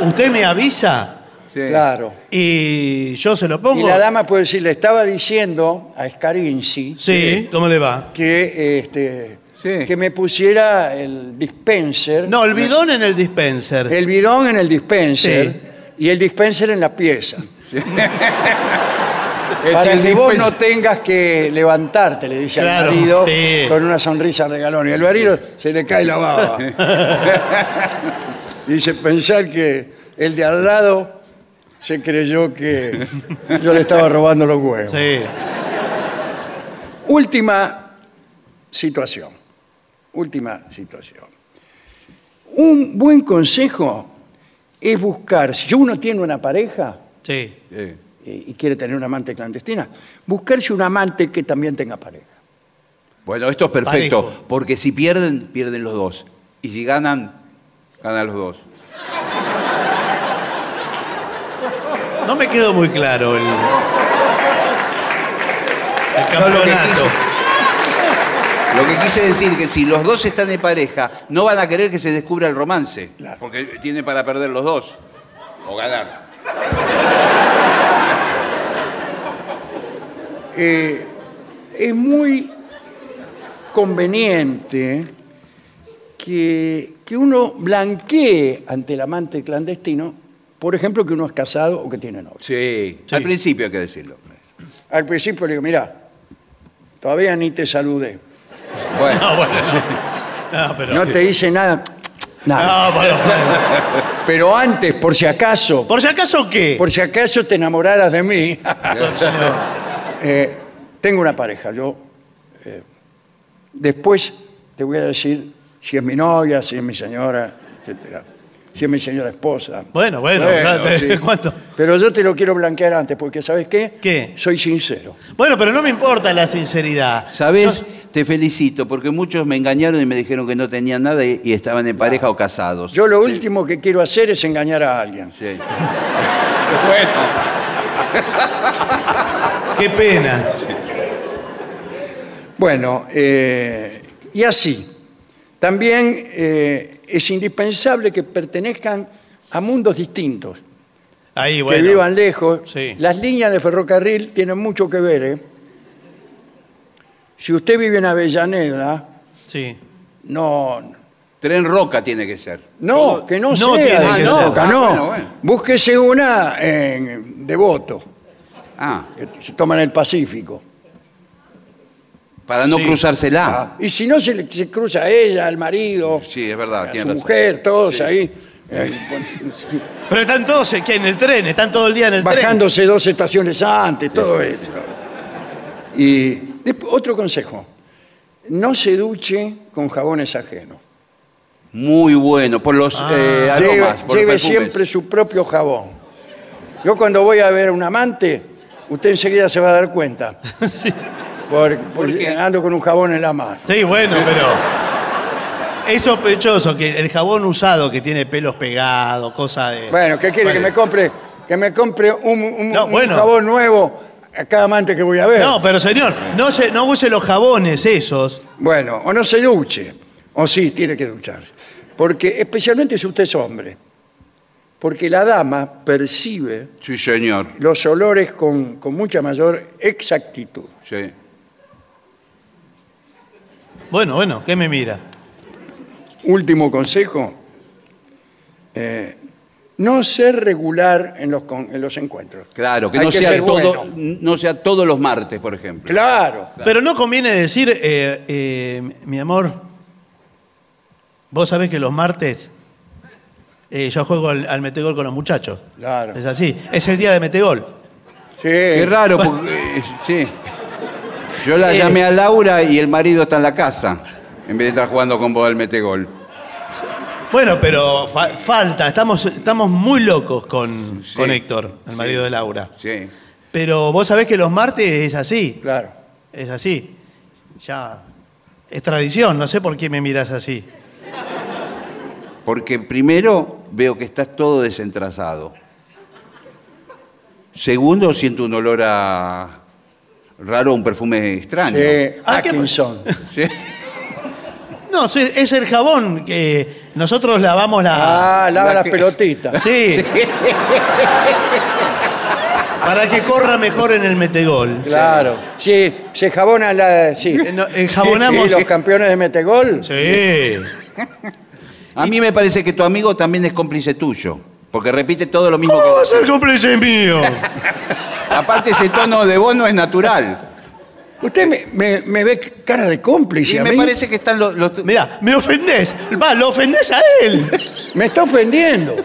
Usted me avisa
sí.
Claro.
y yo se lo
Y
pongo.
la dama puede decir, le estaba diciendo a Scarinci
Sí, ¿cómo le va?
que, este,
Sí.
que me pusiera el dispenser,
No, el bidón en el dispenser.
el bidón en el dispenser y el dispenser en la pieza. Para que vos no tengas que levantarte, le dice
Claro,
al marido
sí.
con una sonrisa regalona. Y al marido se le cae la
*laughs*
baba. dice, pensar que el de al lado se creyó que yo le estaba robando los huevos.
Sí.
Última situación. Última situación. Un buen consejo es buscar, si uno tiene una pareja,
Sí.
Sí.
eh, y quiere tener una amante clandestina, buscarse un amante que también tenga pareja.
Bueno, esto es perfecto,
Parejo.
porque si pierden, pierden los dos. Y si ganan, ganan los dos.
No me quedó muy claro el, el
No, lo, que
campeonato.
quise, lo que quise decir que si los dos están en pareja, no van a querer que se descubra el romance.
Claro.
Porque tienen para perder los dos. O ganar.
Eh, es muy conveniente que, que uno blanquee ante el amante clandestino, por ejemplo, que uno es casado o que tiene novio.
Sí. Al principio hay que decirlo.
Al principio le digo, mira, todavía ni te saludé,
Bueno,
No, bueno, sí. No, pero.
no te hice nada, nada.
No, bueno, bueno.
Pero antes, por si acaso,
¿Por si acaso qué?
por si acaso te enamoraras de mí, *laughs*
Señor.
eh, tengo una pareja. Yo eh, después te voy a decir si es mi novia, si es mi señora, etcétera, si es mi señora esposa.
Bueno, bueno,
Bueno,
ya, *laughs*
sí.
¿cuánto?
Pero yo te lo quiero blanquear antes, porque ¿sabes qué?
¿Qué?
Soy sincero.
Bueno, pero no me importa la sinceridad.
¿sabes? Te felicito, porque muchos me engañaron y me dijeron que no tenían nada y, y estaban en pareja o casados.
Yo lo último que quiero hacer es engañar a alguien.
Sí. bueno.
Qué pena.
Bueno, eh, y así. También eh, es indispensable que pertenezcan a mundos distintos,
Ahí, bueno.
que vivan lejos.
Sí.
Las líneas de ferrocarril tienen mucho que ver. ¿eh? Si usted vive en Avellaneda,
Sí.
no,
Tren roca tiene que ser.
No, que no,
no
sea
tiene
de
que
Roca,
ser.
Ah,
no.
bueno, bueno.
Búsquese una en Devoto,
Ah,
que se toma en el Pacífico.
para no
Sí.
cruzársela.
Ah, Y si no, se, le- se cruza a ella, al marido,
Sí, es verdad,
a
tiene
su
razón.
mujer, todos ahí, eh,
Pero están todos aquí en el tren, están todo el día en el tren.
bajándose dos estaciones antes, todo eso. Y desp- otro consejo, no se duche con jabones ajenos.
Muy bueno, por los eh,
Ah. Lleve,
aromas, por los
lleve
perfumes.
siempre su propio jabón. Yo cuando voy a ver a un amante, usted enseguida se va a dar cuenta. Por- porque ando con un jabón en la mano.
Sí, bueno, pero. Es sospechoso que el jabón usado que tiene pelos pegados, cosas de.
Bueno, ¿qué quiere? Que me compre, que me compre un, un-
No,
un
bueno.
jabón nuevo a cada amante que voy a ver.
No, pero señor, no, se, no use los jabones esos.
Bueno, o no se duche, o sí, tiene que ducharse. Porque especialmente si usted es hombre. Porque la dama percibe
Sí, señor.
los olores con, con mucha mayor exactitud.
Sí.
Bueno, bueno, ¿qué me mira?
Último consejo. eh, no ser regular en los, con- en los encuentros.
Claro, que,
Hay
no, sea
ser
todo,
bueno.
no sea todos los martes, por ejemplo.
Claro.
Pero no conviene decir, eh, eh, mi amor, vos sabés que los martes eh, yo juego al, al metegol con los muchachos.
Claro.
Es así, es el día de metegol.
Sí.
Qué
*laughs*
raro, porque. eh, sí. Yo
Eh.
la llamé a Laura y el marido está en la casa, en vez de estar jugando con vos al metegol.
Bueno, pero fa- falta, estamos, estamos muy locos con,
Sí.
con Héctor, el marido de Laura.
Sí.
Pero vos sabés que los martes es así,
Claro.
es así. Ya, es tradición, no sé por qué me miras así.
Porque primero veo que estás todo desentrasado. Segundo, siento un olor a. raro, un perfume extraño.
Sí,
Ah, ¿qué-
Atkinson.
Sí.
No, sí, es el jabón que nosotros lavamos la...
Ah, lava
la
las
que- *laughs*
pelotitas. *laughs*
Sí. Para que corra mejor en el metegol.
Claro. Sí, se jabona la. Sí.
Eh, no,
Sí,
eh, jabonamos.
los campeones de metegol.
Sí.
A mí me parece que tu amigo también es cómplice tuyo. Porque repite todo lo mismo
¿Cómo
que
va a
vos.
ser cómplice mío?
Aparte, ese tono de vos no es natural.
Usted me, me- me ve cara de
Y
cómplice. a
me
mí.
parece que están los. los-
Mira, me ofendés. Va, lo ofendés a él.
Me está ofendiendo.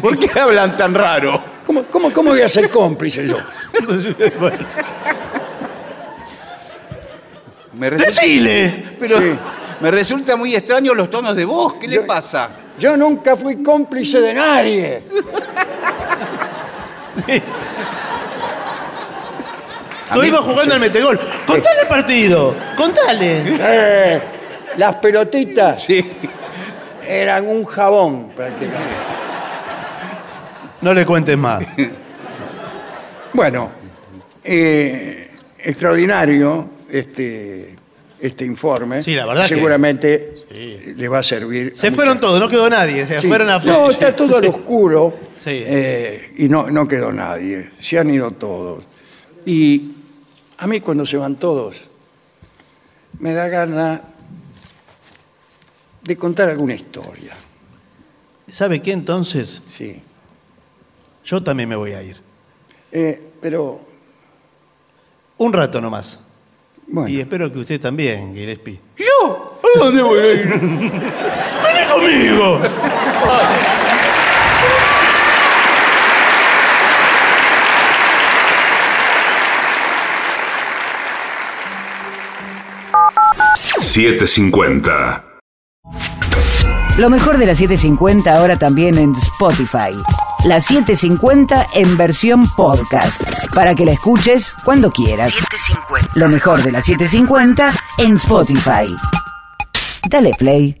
¿Por qué hablan tan raro?
¿Cómo, cómo, cómo voy a ser cómplice yo?
Bueno,
Me resulta,
¡Decile!
pero
Sí.
me resulta muy extraño los tonos de vos. ¿Qué le pasa?
Yo nunca fui cómplice de nadie.
Estuvimos jugando al metegol. Contale el partido. Contale.
Eh, las pelotitas
Sí.
eran un jabón prácticamente.
No le
*laughs*
cuentes más.
Bueno, eh, extraordinario este, este informe.
Sí, la verdad que-
Seguramente le va a servir. a
Se
mucha
fueron
gente.
todos, no quedó nadie. Se
Sí.
fueron a
No, está todo al oscuro
Sí.
eh, y no, no quedó nadie. Se han ido todos. Y a mí cuando se van todos, me da gana de contar alguna historia.
¿Sabe qué entonces?
Sí.
Yo también me voy a ir.
Eh, pero,
Un rato nomás.
bueno.
Y espero que usted también, Gillespie.
¿Yo? ¿A dónde voy a
*laughs*
ir?
¡Vení conmigo!
Lo mejor de la 750 ahora también en Spotify. La 750 en versión podcast. Para que la escuches cuando quieras. Lo mejor de la 750 en Spotify. Dale play.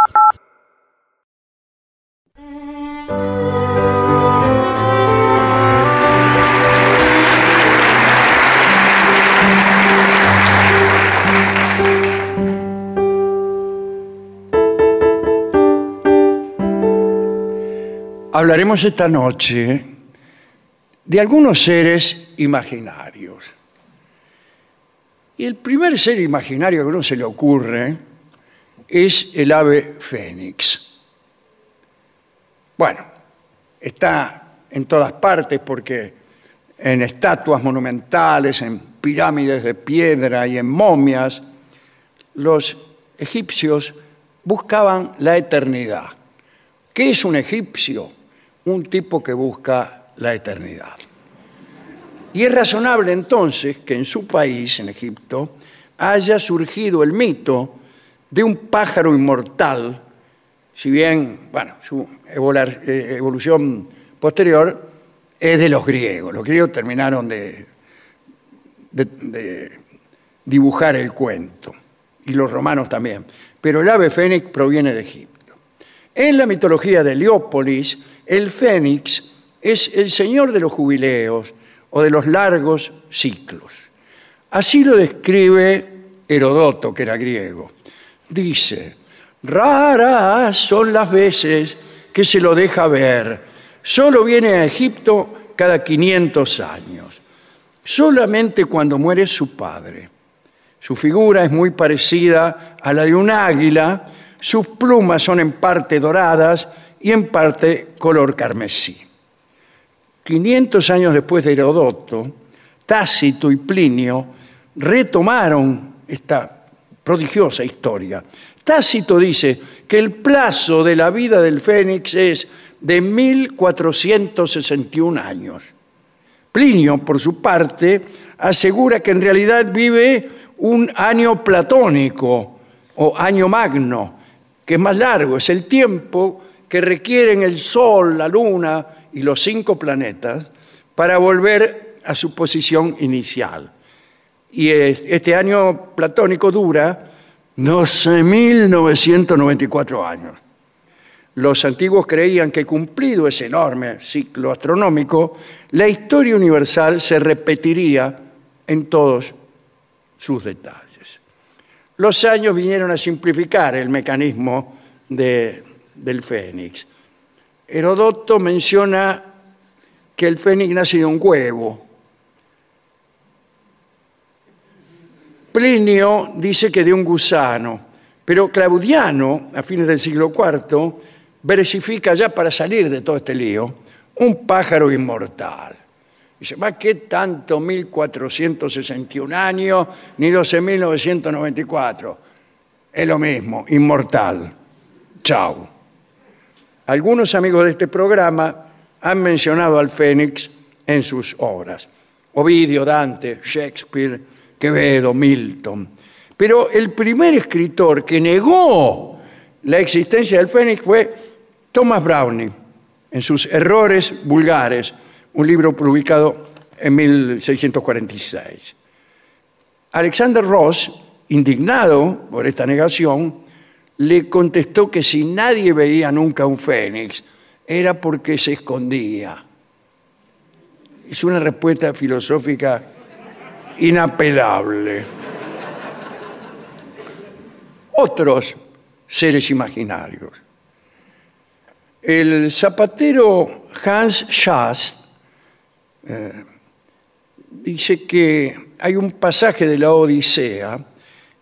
hablaremos esta noche de algunos seres imaginarios. Y el primer ser imaginario que uno se le ocurre es el ave fénix. Bueno, está en todas partes porque en estatuas monumentales, en pirámides de piedra y en momias, los egipcios buscaban la eternidad. ¿Qué es un egipcio? Un tipo que busca la eternidad. Y es razonable entonces que en su país, en Egipto, haya surgido el mito de un pájaro inmortal, si bien, bueno, su evolar- eh, evolución posterior es de los griegos. Los griegos terminaron de, de- de dibujar el cuento, y los romanos también. Pero el ave fénix proviene de Egipto. En la mitología de Heliópolis, el fénix es el señor de los jubileos o de los largos ciclos. Así lo describe Herodoto, que era griego. Dice, raras son las veces que se lo deja ver. Solo viene a Egipto cada 500 años, solamente cuando muere su padre. Su figura es muy parecida a la de un águila, sus plumas son en parte doradas y en parte color carmesí. 500 años después de Herodoto, Tácito y Plinio retomaron esta prodigiosa historia. Tácito dice que el plazo de la vida del Fénix es de 1461 años. Plinio, por su parte, asegura que en realidad vive un año platónico o año magno, que es más largo, es el tiempo que requieren el Sol, la Luna y los cinco planetas para volver a su posición inicial. Y eh, este año platónico dura 12.994 años. Los antiguos creían que cumplido ese enorme ciclo astronómico, la historia universal se repetiría en todos sus detalles. Los años vinieron a simplificar el mecanismo de- del fénix. Herodoto menciona que el fénix nace de un huevo. Plinio dice que de un gusano, pero Claudiano, a fines del siglo IV, versifica ya para salir de todo este lío, un pájaro inmortal. Dice, ¿va qué tanto 1461 años ni 12994? Es lo mismo, inmortal. Chao. Algunos amigos de este programa han mencionado al Fénix en sus obras. Ovidio, Dante, Shakespeare, Quevedo, Milton. Pero el primer escritor que negó la existencia del Fénix fue Thomas Browning, en sus Errores Vulgares, un libro publicado en 1646. Alexander Ross, indignado por esta negación, le contestó que si nadie veía nunca un fénix, era porque se escondía. Es una respuesta filosófica inapelable. Otros seres imaginarios. El zapatero Hans Schast eh, dice que hay un pasaje de la Odisea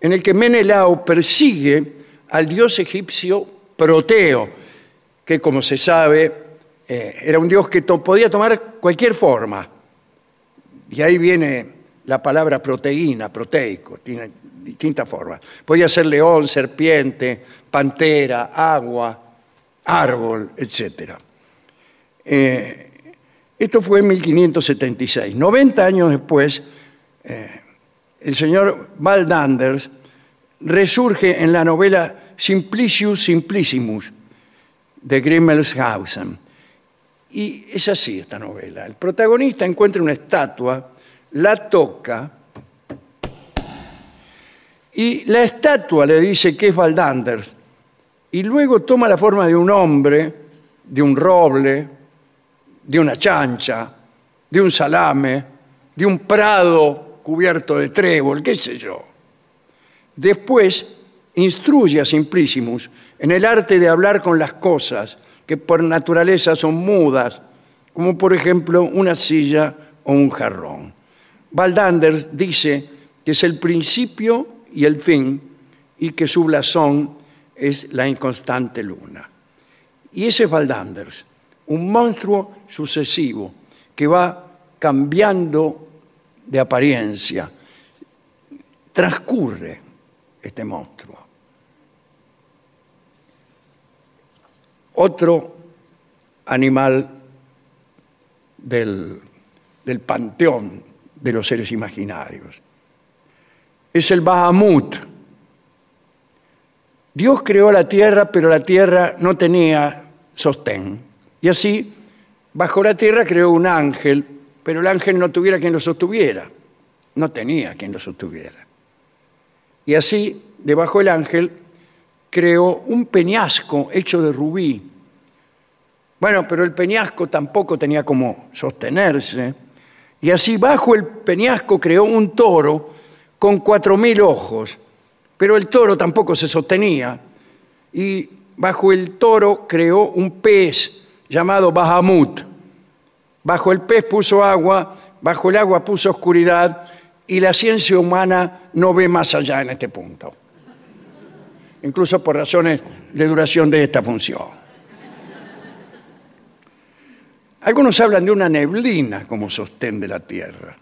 en el que Menelao persigue al dios egipcio Proteo, que como se sabe eh, era un dios que to- podía tomar cualquier forma. Y ahí viene la palabra proteína, proteico, tiene distintas formas. Podía ser león, serpiente, pantera, agua, árbol, etcétera. Eh, esto fue en 1576. 90 años después, eh, el señor Val Danders resurge en la novela Simplicius Simplicimus de Grimmelshausen. Y es así esta novela. El protagonista encuentra una estatua, la toca, y la estatua le dice que es Val Danders, y luego toma la forma de un hombre, de un roble, de una chancha, de un salame, de un prado cubierto de trébol, qué sé yo. Después instruye a Simplicimus en el arte de hablar con las cosas que por naturaleza son mudas, como por ejemplo una silla o un jarrón. Valdander dice que es el principio y el fin y que su blasón es la inconstante luna. Y ese es Valdanders, un monstruo sucesivo que va cambiando de apariencia. Transcurre este monstruo. Otro animal del, del panteón de los seres imaginarios. Es el Bahamut. Dios creó la tierra, pero la tierra no tenía sostén. Y así, bajo la tierra creó un ángel, pero el ángel no tuviera quien lo sostuviera. No tenía quien lo sostuviera. Y así, debajo del ángel, creó un peñasco hecho de rubí. Bueno, pero el peñasco tampoco tenía como sostenerse. Y así, bajo el peñasco, creó un toro con cuatro mil ojos pero el toro tampoco se sostenía y bajo el toro creó un pez llamado Bahamut. Bajo el pez puso agua, bajo el agua puso oscuridad y la ciencia humana no ve más allá en este punto, incluso por razones de duración de esta función. Algunos hablan de una neblina como sostén de la Tierra.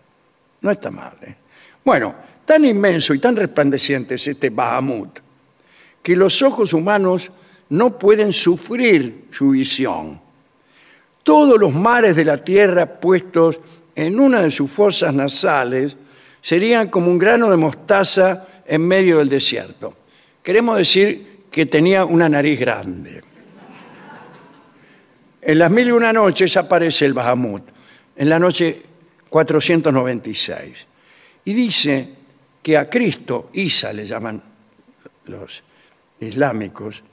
No está mal. ¿eh? Bueno, tan inmenso y tan resplandeciente es este Bahamut, que los ojos humanos no pueden sufrir su visión. Todos los mares de la tierra puestos en una de sus fosas nasales serían como un grano de mostaza en medio del desierto. Queremos decir que tenía una nariz grande. En las mil y una noches aparece el Bahamut, en la noche 496. Y dice que a Cristo, Isa le llaman los islámicos,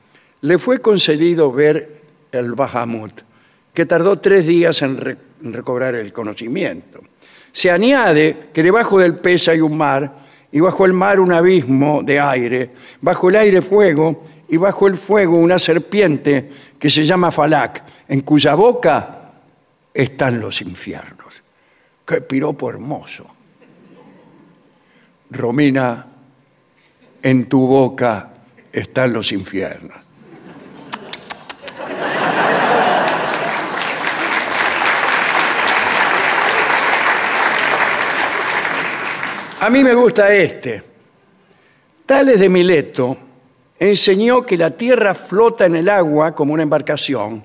le fue concedido ver el Bahamut, que tardó tres días en, re- en recobrar el conocimiento. Se añade que debajo del pez hay un mar, y bajo el mar un abismo de aire, bajo el aire fuego, y bajo el fuego una serpiente que se llama Falak, en cuya boca están los infiernos. ¡Qué piropo hermoso! Romina, en tu boca están los infiernos. A mí me gusta este. Tales de Mileto enseñó que la tierra flota en el agua como una embarcación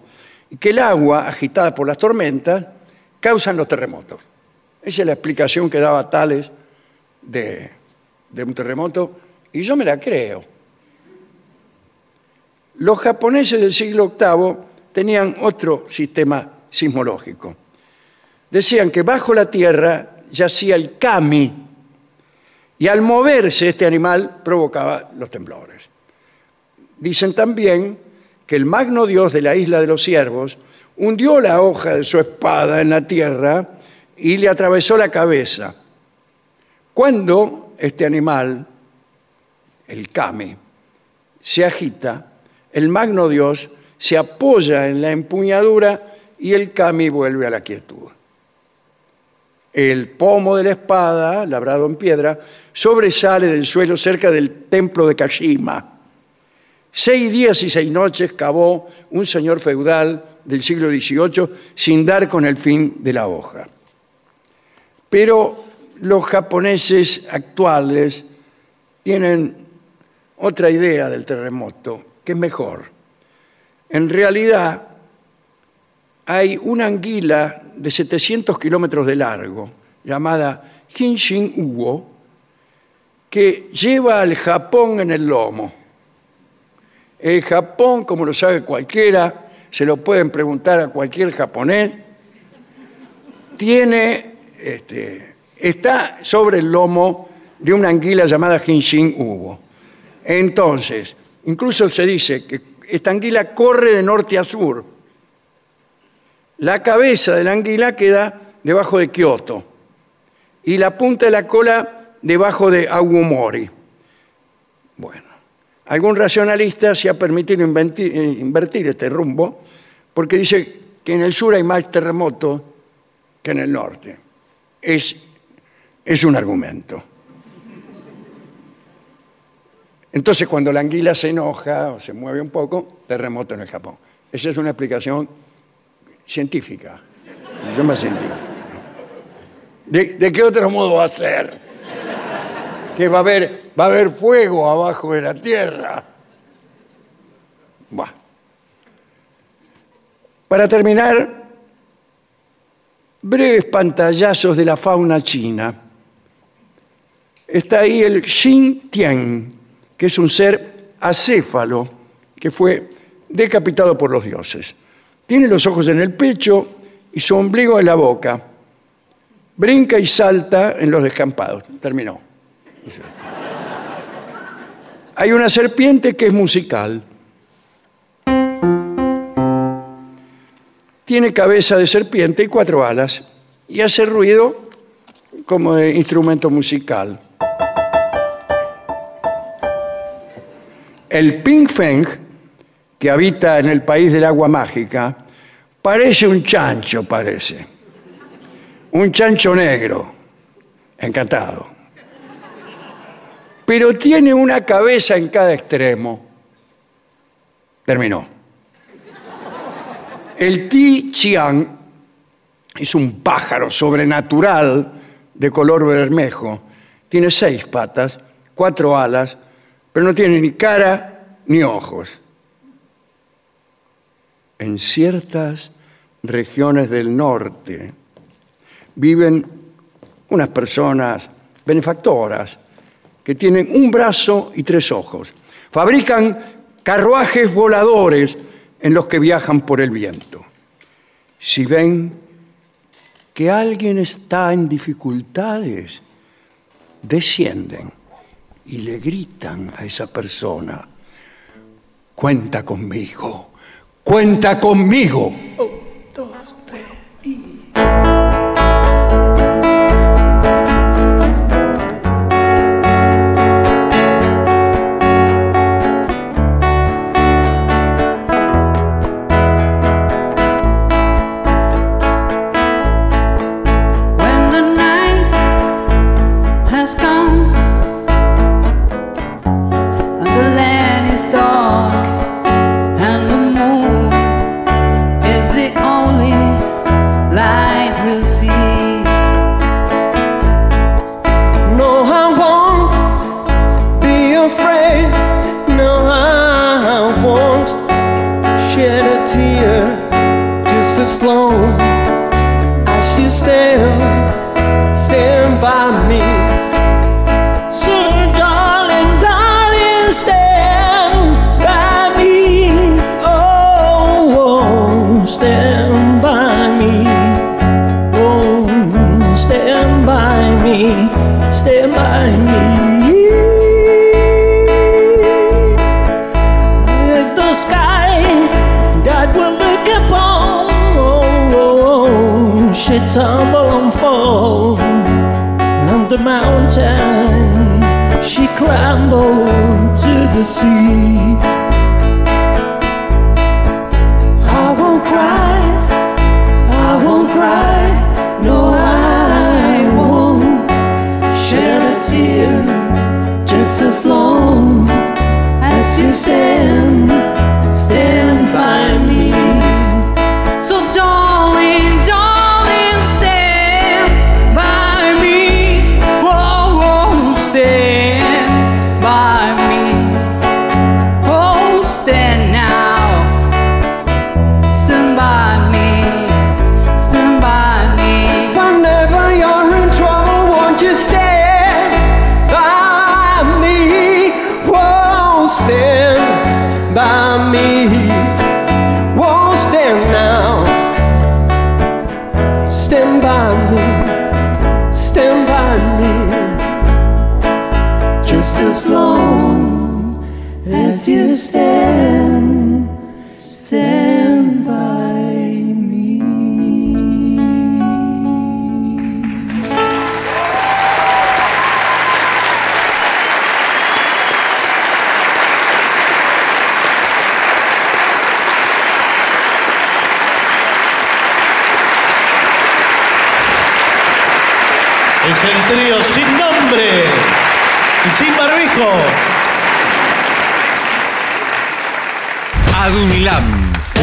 y que el agua, agitada por las tormentas, causan los terremotos. Esa es la explicación que daba Tales de, de un terremoto y yo me la creo. Los japoneses del siglo VIII tenían otro sistema sismológico. Decían que bajo la tierra yacía el kami y al moverse este animal provocaba los temblores. Dicen también que el magno dios de la isla de los ciervos hundió la hoja de su espada en la tierra y le atravesó la cabeza. Cuando este animal, el kami, se agita, el magno dios se apoya en la empuñadura y el kami vuelve a la quietud. El pomo de la espada, labrado en piedra, sobresale del suelo cerca del templo de Kashima. Seis días y seis noches cavó un señor feudal del siglo XVIII sin dar con el fin de la hoja. Pero los japoneses actuales tienen otra idea del terremoto, que es mejor. En realidad, hay una anguila de 700 kilómetros de largo, llamada Hinshin Ugo, que lleva al Japón en el lomo. El Japón, como lo sabe cualquiera, se lo pueden preguntar a cualquier japonés, tiene, este, está sobre el lomo de una anguila llamada Hinshin Ugo. Entonces, incluso se dice que esta anguila corre de norte a sur, la cabeza de la anguila queda debajo de Kioto y la punta de la cola debajo de Aguomori. Bueno, algún racionalista se ha permitido inventir, eh, invertir este rumbo porque dice que en el sur hay más terremotos que en el norte. Es, es un argumento. Entonces, cuando la anguila se enoja o se mueve un poco, terremoto en el Japón. Esa es una explicación científica. Se llama científica. ¿no? ¿De, ¿De, qué otro modo va a ser? Que va a haber, va a haber fuego abajo de la tierra. Bueno. Para terminar, breves pantallazos de la fauna china. Está ahí el Xin Tian, que es un ser acéfalo que fue decapitado por los dioses. Tiene los ojos en el pecho y su ombligo en la boca. Brinca y salta en los descampados. Terminó. Hay una serpiente que es musical. Tiene cabeza de serpiente y cuatro alas. Y hace ruido como de instrumento musical. El Pink Feng que habita en el país del agua mágica, parece un chancho, parece. Un chancho negro, encantado. Pero tiene una cabeza en cada extremo. Terminó. El Ti Chiang es un pájaro sobrenatural de color bermejo. Tiene seis patas, cuatro alas, pero no tiene ni cara ni ojos en ciertas regiones del norte viven unas personas benefactoras que tienen un brazo y tres ojos. Fabrican carruajes voladores en los que viajan por el viento. Si ven que alguien está en dificultades, descienden y le gritan a esa persona, cuenta conmigo. Cuenta conmigo. Un, dos, tres y... only
as long as you stand, stand by me. So, darling, darling, stand by me. Oh, oh, stand by me. Oh, stand by me. Stand by me. If the sky God will look upon, oh, oh, oh, should tumble and fall, and the mountain she clambered to the sea. I won't cry, I won't cry, no, I won't shed a tear just as long as you stand, stand by me. So, darling, darling, stand by me. Oh, oh, stand by me. Oh, stand now, stand by me, stand by me. Whenever you're in trouble, won't you stand by me? Whoa, stand by me. Whoa, stand now, stand by me, stand by me. Just as long as you stand, stand by
Es el trío sin nombre y sin barbijo.
ADUNILAM,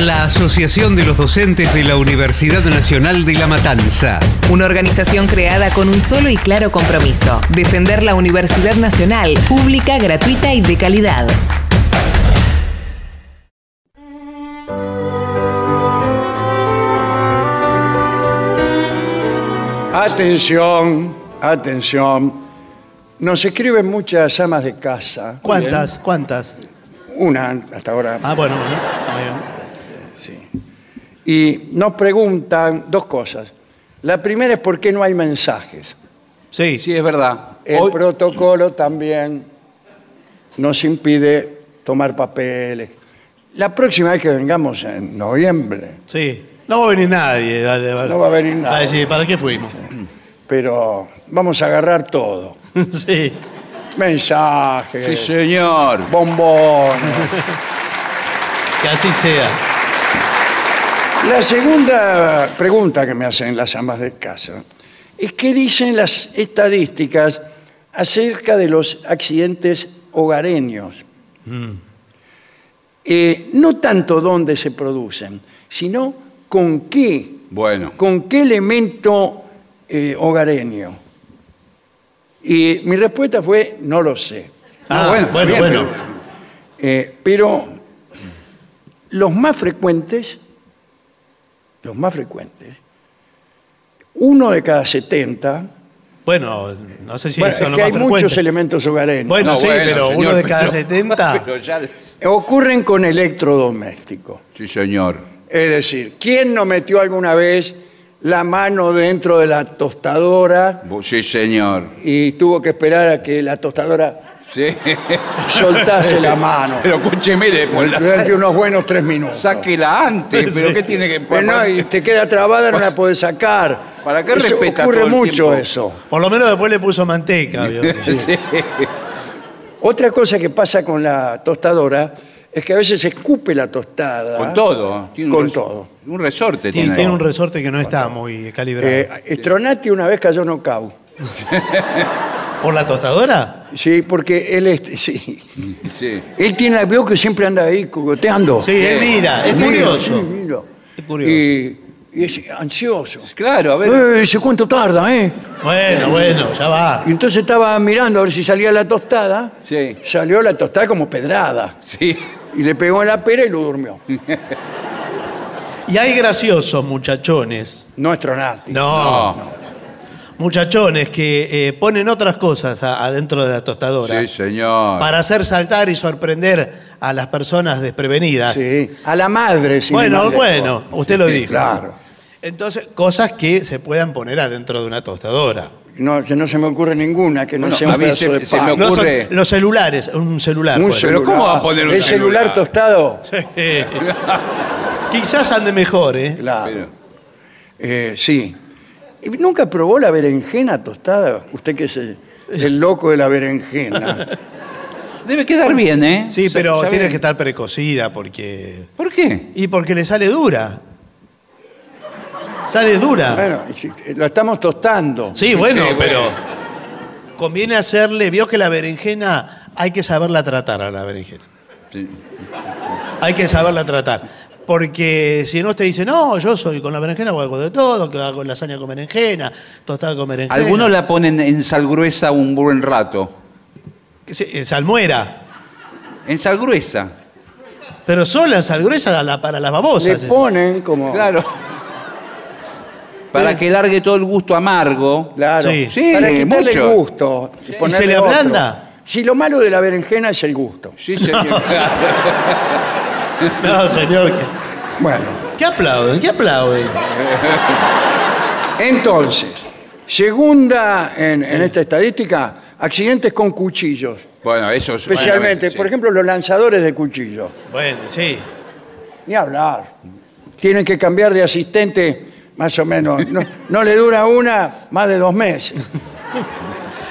la Asociación de los Docentes de la Universidad Nacional de La Matanza.
Una organización creada con un solo y claro compromiso, defender la Universidad Nacional, pública, gratuita y de calidad.
Atención, atención. Nos escriben muchas amas de casa.
¿Cuántas? ¿Cuántas?
Una hasta ahora.
Ah, bueno, bueno. Muy bien.
Y nos preguntan dos cosas. La primera es por qué no hay mensajes.
Sí, sí.
Sí, es verdad.
El
Hoy-
protocolo también nos impide tomar papeles. La próxima vez que vengamos en noviembre,
sí. No va a venir nadie. dale, vale.
No va a venir nadie.
Va a decir, ¿para qué fuimos? *laughs*
pero vamos a agarrar todo.
sí.
Mensajes,
Sí, señor.
bombones.
Que así sea.
La segunda pregunta que me hacen las ambas de casa es qué dicen las estadísticas acerca de los accidentes hogareños. Eh, no tanto dónde se producen, sino con qué,
Bueno.
con qué elemento eh, hogareño. Y mi respuesta fue, no lo sé.
Ah,
bueno,
bueno,
bien,
bueno.
Eh, pero los más frecuentes, los más frecuentes, uno de cada 70,
Bueno, no sé si
bueno,
son
es
los
que
más
hay muchos
frecuentes.
elementos hogareños,
Bueno, sí, pero uno de cada
pero-
70.
*laughs* pero ya-
ocurren con electrodomésticos.
sí, señor.
Es decir, ¿quién no metió alguna vez la mano dentro de la tostadora
Bu- Sí, señor.
y tuvo que esperar a que la
*laughs*
tostadora
Sí. *laughs*
soltase la mano
Pero escúcheme, le pon la-
durante unos buenos tres minutos?
Sáquela *laughs* antes, pero ¿qué tiene que
Pero no, y te queda trabada, no la podés sacar.
¿Para qué
eso
respeta
ocurre
todo el
mucho
tiempo?
eso.
Por lo menos después le puso
*laughs*
manteca. ¿vio?
Sí.
Otra cosa que pasa con la tostadora es que a veces escupe la tostada.
Con todo. Tiene un
Con
res-
todo.
Un resorte
Tiene,
tiene.
tiene un resorte que no está muy calibrado.
Eh, Stronati una vez cayó knockout.
¿Por la tostadora?
Sí, porque él es- *laughs* sí.
Sí.
Él tiene la veo que siempre anda ahí cogoteando.
Sí, él mira, es
Mira,
curioso.
sí, mira.
Es curioso.
Y, y es ansioso.
Claro, a ver.
Eh, dice, ¿cuánto tarda, eh?
Bueno, bueno, ya va.
Y entonces estaba mirando a ver si salía la tostada.
Sí.
Salió la tostada como pedrada.
Sí.
Y le pegó en la pera y lo durmió.
Y hay graciosos muchachones.
No astronautas.
No. Muchachones que eh, ponen otras cosas a- adentro de la tostadora
Sí, señor.
para hacer saltar y sorprender a las personas desprevenidas.
Sí. A la madre, sin ir
Bueno,
más lejos.
bueno, usted lo
Sí,
dijo.
Claro.
Entonces, cosas que se puedan poner adentro de una tostadora.
No, que no se me ocurre ninguna que no
Bueno,
sea un
a mí
pedazo
se-
de
se
pan.
me ocurre-
No son- los celulares, un celular. pues,
Un
por *laughs* ejemplo.
Pero ¿cómo va a poner un
¿El celular
celular?
tostado?
Quizás ande mejor, ¿eh?
Claro.
Pero-
Eh, sí. ¿Y ¿Nunca probó la berenjena tostada? Usted que es el, el loco de la
*laughs*
berenjena.
Debe quedar bien, ¿eh?
Sí,
Sa-
pero
sabe-
tiene que estar precocida porque.
¿Por qué?
Y porque le sale dura. Sale dura.
Bueno, y si- eh, lo estamos tostando.
sí, bueno,
Sí, bueno.
pero. Conviene hacerle. Vio que la berenjena hay que saberla tratar a la berenjena.
Sí.
Hay que saberla tratar. Porque si no, te dice, no, yo soy con la berenjena, o algo de todo, que hago lasaña con berenjena, tostada con berenjena.
Algunos la ponen en sal gruesa un buen rato.
Que se- eh, Salmuera.
En sal gruesa.
Pero sola, sal gruesa la- para las babosas.
Le
esa.
ponen como...
Claro. Para que largue todo el gusto amargo.
Claro.
Sí.
Sí,
Para quitarle
mucho.
gusto. y
¿Y
ponerle
se le
otro.
ablanda?
Si lo malo de la berenjena es el gusto.
Sí, señor.
No, señor. que-
Bueno,
¿Qué aplauden? ¿Qué aplauden?
entonces, segunda en, en esta estadística, accidentes con cuchillos.
*laughs* Bueno, eso es.
Especialmente, por ejemplo, los lanzadores de cuchillos.
Bueno, sí.
Ni hablar. Tienen que cambiar de asistente más o menos. No, no le dura una más de dos meses.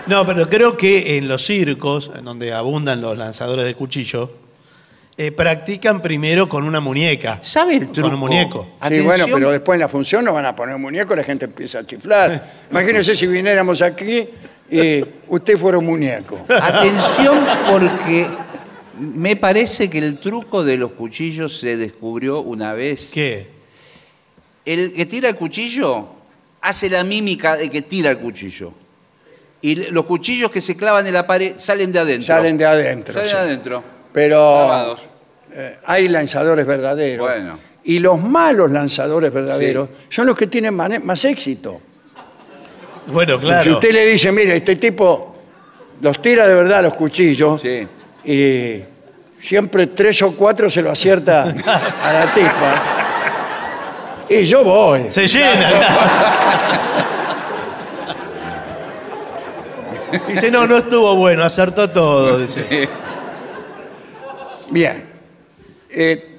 No, pero creo que en los circos, en donde abundan los lanzadores de cuchillo, eh, practican primero con una muñeca.
¿Sabe el truco?
Con un muñeco.
Sí,
Atención.
bueno, pero después en la función no van a poner muñeco, la gente empieza a chiflar. Imagínense si viniéramos aquí y usted fuera un
*laughs*
muñeco.
Atención porque me parece que el truco de los cuchillos se descubrió una vez.
¿Qué?
El que tira el cuchillo hace la mímica de que tira el cuchillo. Y l- los cuchillos que se clavan en la pared salen de adentro.
Salen de adentro.
Salen
sí. Oh.
de adentro.
Pero
Clavados.
eh, hay lanzadores verdaderos.
Bueno.
Y los malos lanzadores verdaderos son los que tienen mane- más éxito.
Bueno,
Si
claro.
usted le dice, mire, este tipo los tira de verdad los cuchillos
Sí.
y siempre tres o cuatro se lo acierta a la tipa. Y yo voy.
Se
*laughs*
llena. claro. Dice, no, no estuvo bueno, acertó todo. dice.
Bien. Eh,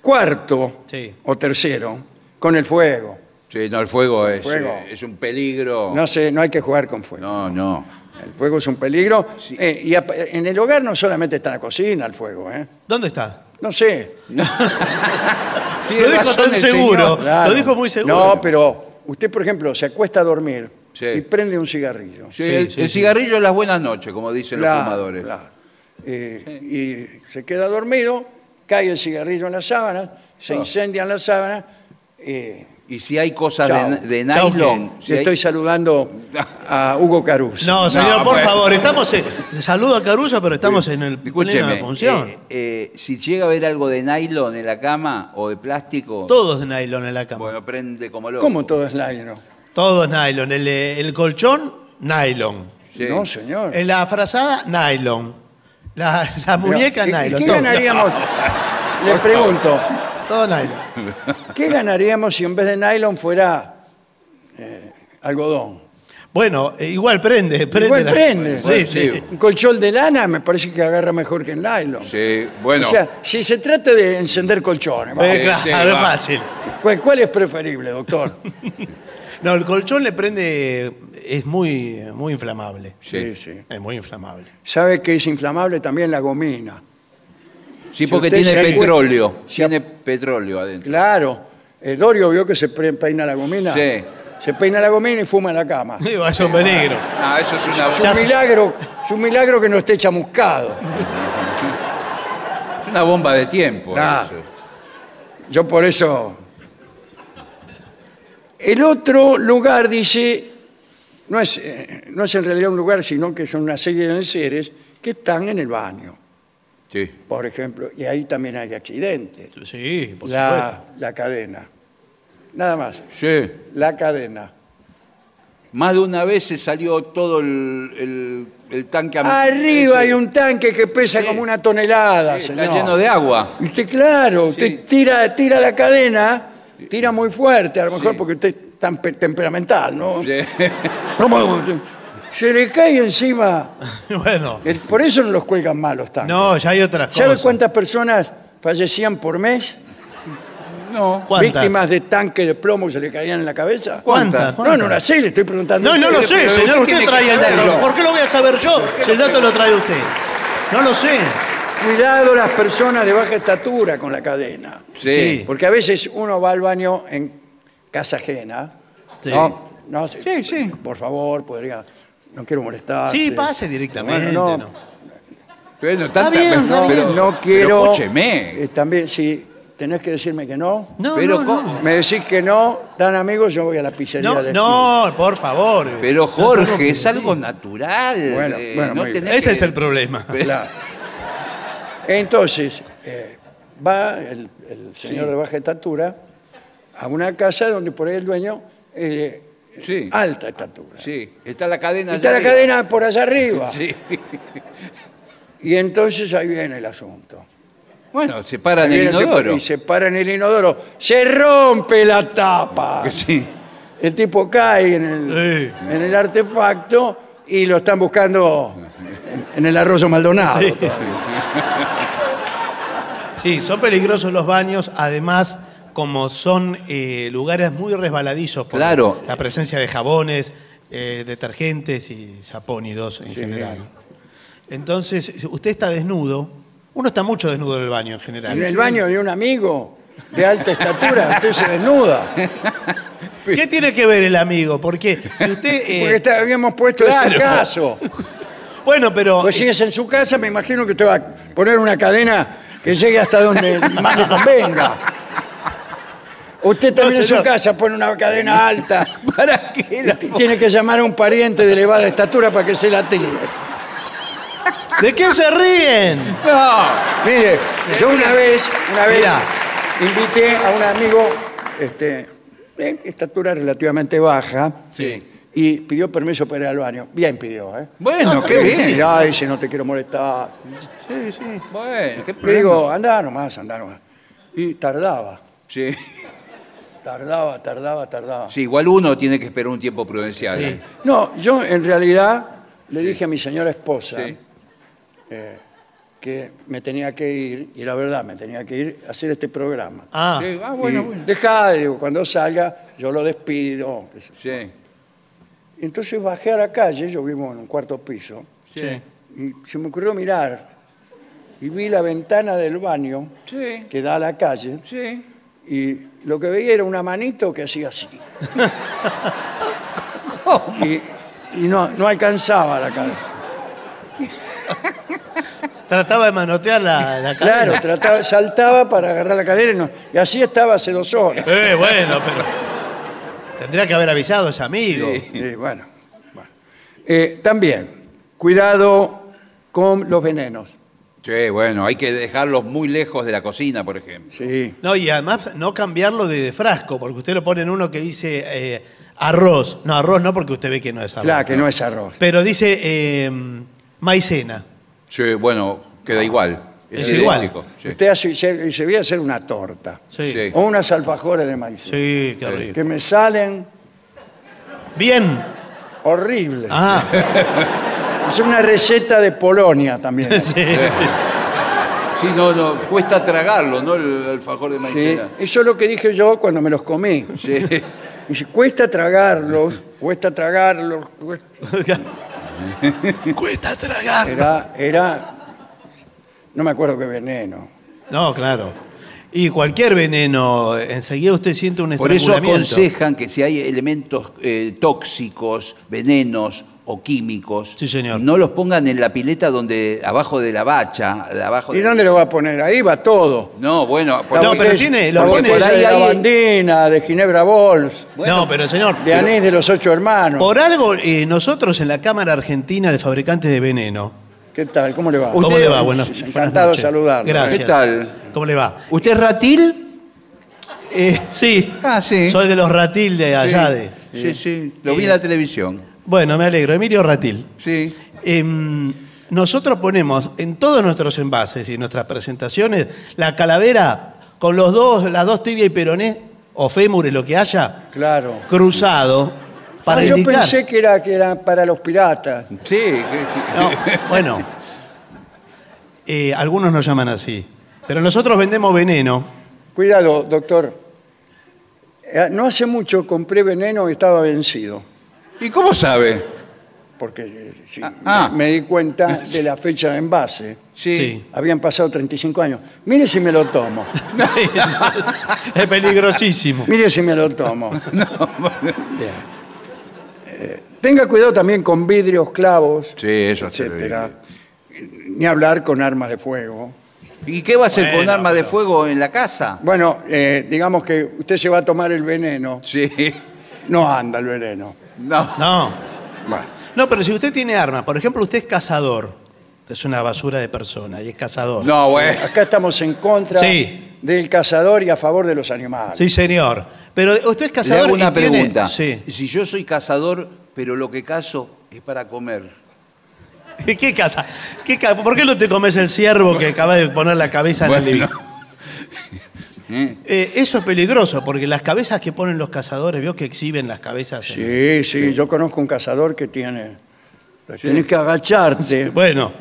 cuarto
Sí.
o tercero, con el fuego.
Sí, no, el fuego es,
Fuego.
eh, es un peligro.
No, sé, no hay que jugar con fuego.
no. no.
El fuego es un peligro. Eh, y ap- en el hogar no solamente está la cocina el fuego, ¿eh?
¿Dónde está?
No sé.
Tiene
Lo dijo
razón
tan
el
seguro.
señor.
Claro.
Lo dijo muy seguro.
No, pero usted, por ejemplo, se acuesta a dormir
Sí.
y prende un cigarrillo.
Sí,
Sí,
el,
sí,
el
sí.
cigarrillo es las buenas noches, como dicen
Claro,
los fumadores.
claro. Eh, Y se queda dormido, cae el cigarrillo en las sábanas, se
Ah.
incendian las sábanas. eh,
Y si hay cosas
Chao.
de, de
Chao,
nylon. si
le
hay-
estoy saludando a Hugo Caruso.
No, señor,
No,
por
bueno.
favor, estamos en, saludo a Caruso, pero estamos en el pleno de
Escúcheme,
función.
eh, eh, si llega a haber algo de nylon en la cama o de plástico,
Todo es nylon en la cama.
bueno, prende como loco.
¿Cómo todo es laino?
Todo es nylon. El, eh, el colchón, nylon.
Sí.
No, señor.
Eh, La frazada, nylon. La, la
Pero,
muñeca,
¿y- y
nylon.
¿Qué
todo,
*laughs*
ganaríamos? Le pregunto,
*laughs* todo nylon.
¿qué ganaríamos si en vez de nylon fuera eh, algodón?
Bueno, eh, igual prende. prende
Igual
la-
prende.
Sí,
Bueno,
sí.
sí.
Un colchón de lana me parece que agarra mejor que el nylon.
Sí, bueno.
O sea, si se trata de encender colchones, vamos.
*laughs* Eh,
Sí,
claro,
sí,
es
va.
fácil.
¿cuál, cuál es preferible, doctor?
No, el colchón le prende. Es muy, muy inflamable.
*laughs* sí.
sí.
Es muy inflamable. *laughs*
¿Sabe que es inflamable también la gomina?
Sí, porque
usted
tiene
se acuesta-
petróleo.
se
Tiene petróleo adentro.
Claro. Eh, Dorio vio que se pre- peina la gomina.
Sí.
Se peina la gomina y fuma en la cama.
Sí, Vaya un peligro.
Ah, eso es una,
Es
es
un milagro, es un milagro que no esté chamuscado.
una bomba de tiempo.
Claro.
eso.
Yo por eso. El otro lugar dice, no es, eh, no es en realidad un lugar, sino que son una serie de enseres que están en el baño,
Sí.
por ejemplo, y ahí también hay accidentes.
Sí, por
la, la cadena. Nada más.
Sí.
La cadena.
Más de una vez se salió todo el, el- el tanque am-
Arriba
ese.
hay un tanque que pesa como una tonelada,
Sí,
señor.
Está lleno de agua.
Y Usted, claro,
Sí.
usted tira, tira la cadena, tira muy fuerte, a lo mejor porque usted es tan pe- temperamental, ¿no? *laughs*
Sí.
Se le cae encima.
*laughs* bueno,
El- Por eso no los cuelgan mal los tanques.
no, ya hay otras cosas.
¿Sabe cuántas personas fallecían por mes?
No.
¿Cuántas?
Víctimas de tanques de plomo que se le caían en la cabeza.
¿Cuántas?
No, no la sé, le estoy preguntando.
No, no lo sé,
Pero
señor.
usted
Usted
tiene
trae
que
el dato.
saberlo.
¿Por qué lo voy a saber yo si el dato lo trae usted? No lo sé.
Cuidado las personas de baja estatura con la cadena.
Sí.
Sí.
Porque a veces uno va al baño en casa ajena.
Sí.
No, no, sí,
Sí, sí.
Por favor, podría. No quiero molestar.
Sí, pase directamente.
Bueno, no.
no.
Bueno, tanta
bien, está
pero,
bien.
no quiero.
Pero escúcheme.
eh, también, si tenés que decirme que no,
No,
Pero
no,
¿cómo?
me decís que no, dan amigos, yo voy a la pizzería
no.
de
No, no, por favor. No,
Pero
no,
Jorge,
no,
es algo natural.
Bueno,
eh,
bueno,
no
muy
tenés
Ese
que-
es el problema.
Claro. Entonces, eh, va el, el señor de baja estatura a una casa donde por ahí el dueño es de
Sí.
alta estatura.
Sí, está la cadena.
Y Ah. Está
allá
la
arriba.
cadena por allá arriba.
Ah, Sí.
Y entonces ahí viene el asunto.
Bueno, se paran el
Viene, se-
inodoro.
Y se para en el inodoro. Se rompe la tapa.
Sí.
El tipo cae en el, en el artefacto y lo están buscando en, en el arroyo
*laughs*
Ah,
Maldonado.
Sí, son peligrosos los baños, además como son eh, lugares muy resbaladizos por
Claro.
la presencia de jabones, eh, detergentes y sapónidos en general. Entonces, usted está desnudo, uno está mucho desnudo en el baño en general.
En el baño de un amigo de alta estatura, usted se desnuda.
¿Qué tiene que ver el amigo? Porque si usted... eh,
Porque está- habíamos puesto ese
claro.
caso.
Bueno, pero...
Pues si es en su casa, me imagino que usted va a poner una cadena que llegue hasta
*laughs*
donde más le convenga. Usted también en su
señor.
casa pone una cadena
*laughs*
alta.
eh,
¿Para qué? la-
T- Tiene que llamar a un pariente de elevada estatura para que se la tire.
¿De qué se ríen?
No.
Mire, yo una vez, una vez
Mirá.
invité a un amigo este, de estatura relativamente baja
Sí.
y pidió permiso para ir al baño. Bien pidió, ¿eh?
Bueno, qué bien.
Mirá, dice, no te quiero molestar.
Sí, sí.
Bueno, qué
Le
problema.
digo, andá nomás, andá nomás. Y tardaba,
Sí.
tardaba, tardaba, tardaba.
Sí, igual uno tiene que esperar un tiempo prudencial. ¿eh?
No, yo en realidad le dije a mi señora esposa
Sí.
eh, que me tenía que ir, y la verdad, me tenía que ir a hacer este programa.
Ah,
Sí, Ah, bueno, bueno.
Dejá, digo, cuando salga, yo lo despido. qué sé yo.
Sí.
Entonces bajé a la calle, yo vivo en un cuarto piso,
Sí.
y se me ocurrió mirar, y vi la ventana del baño
Sí.
que da a la calle,
Sí.
y lo que veía era una manito que hacía
*laughs*
así. Y, y no, no alcanzaba la calle.
trataba de manotear la, la cadena.
Claro, trataba- saltaba para agarrar la cadera y, no- y así estaba hace dos horas.
Eh, bueno, pero... Tendría que haber avisado a ese amigo.
Y bueno, bueno. Eh, también, cuidado con los venenos.
Sí, bueno, hay que dejarlos muy lejos de la cocina, por ejemplo.
Sí.
No, y además no cambiarlo de, de frasco, porque usted lo pone en uno que dice eh, arroz. No, arroz no, porque usted ve que no es arroz.
Claro, que no es arroz.
Pero dice eh, maicena.
Sí, bueno, queda igual. Es,
Es igual.
idéntico. Sí.
Usted hace, se, se voy a hacer una torta.
Sí.
Sí.
Sí,
O unas alfajores de maíz.
qué horrible.
Que me salen
Bien.
horribles.
Ah,
Es una receta de Polonia
*laughs*
también.
sí, sí.
Sí, no, no, cuesta tragarlo, ¿no? El alfajor de
Sí,
maicena.
Eso es lo que dije yo cuando me los comí.
Sí.
Y si cuesta tragarlos, cuesta tragarlos, cuesta...
*laughs* Cuesta tragar.
Era, era, no me acuerdo qué veneno.
No, claro. Y cualquier veneno, enseguida usted siente un
Por eso
estrangulamiento.
aconsejan que si hay elementos eh, tóxicos, venenos o químicos,
Sí, señor.
no los pongan en la pileta donde abajo de la bacha, de abajo
¿Y
de-
dónde lo va a poner? Ahí va todo.
No, bueno, por-
No,
La
pero
botella-
tiene- lo
la
pone-
botella
por ahí
de
hay-
lavandina, de ginebra bols,
no, pero señor,
de anís de los ocho hermanos.
por algo eh, nosotros en la Cámara Argentina de Fabricantes de Veneno.
¿Qué tal? ¿Cómo le va?
¿Cómo
Usted-
le va? Bueno,
Sí,
buenas
encantado de ¿eh?
noches.
saludarlo.
Gracias.
¿Qué tal?
¿Cómo le va?
¿Usted es ratil?
Eh, Ah, sí. Soy de los Ratil de allá. de-
Sí, sí, lo vi en la televisión.
Bueno, me alegro. Emilio Ratil.
Sí.
Em, nosotros ponemos en todos nuestros envases y nuestras presentaciones la calavera con los dos, las dos tibia y peroné, o fémures, lo que haya,
Claro.
cruzado, para
Ah, yo
indicar.
pensé que era, que era para los piratas.
Sí,
No, bueno, eh, algunos nos llaman así. Pero nosotros vendemos veneno.
Cuidado, doctor. Eh, No hace mucho compré veneno y estaba vencido.
¿Y cómo sabe?
Porque eh, sí,
ah.
me me di cuenta de la fecha de envase.
Sí.
Habían pasado 35 años. Mire si me lo tomo.
Sí, *laughs* es peligrosísimo.
Mire si me lo tomo. Bien. Eh, tenga cuidado también con vidrios, clavos,
*laughs* Sí, eso es
etcétera. Eh, Ni hablar con armas de fuego.
terrible. ¿Y qué va a hacer con
Bueno,
armas de
pero-
fuego en la casa?
Bueno, eh, digamos que usted se va a tomar el veneno.
Sí.
No anda el veneno.
No.
No.
Bueno,
No, pero si usted tiene armas, por ejemplo, usted es cazador, es una basura de persona y es cazador.
No, güey.
acá estamos en contra
Sí.
del cazador y a favor de los animales.
Sí, señor. Pero usted es
Le
cazador
hago
y
una
tiene-
pregunta.
Sí.
Si yo soy cazador, pero lo que cazo es para comer.
¿Qué caza? ¿Qué ca- ¿Por qué no te comes el ciervo que acaba de poner la cabeza en el
Bueno.
living?
¿Eh?
Eh, eso es peligroso, porque las cabezas que ponen los cazadores, veo que exhiben las cabezas. en-
Sí, sí, yo conozco un cazador que tiene. Tienes que agacharte
Bueno,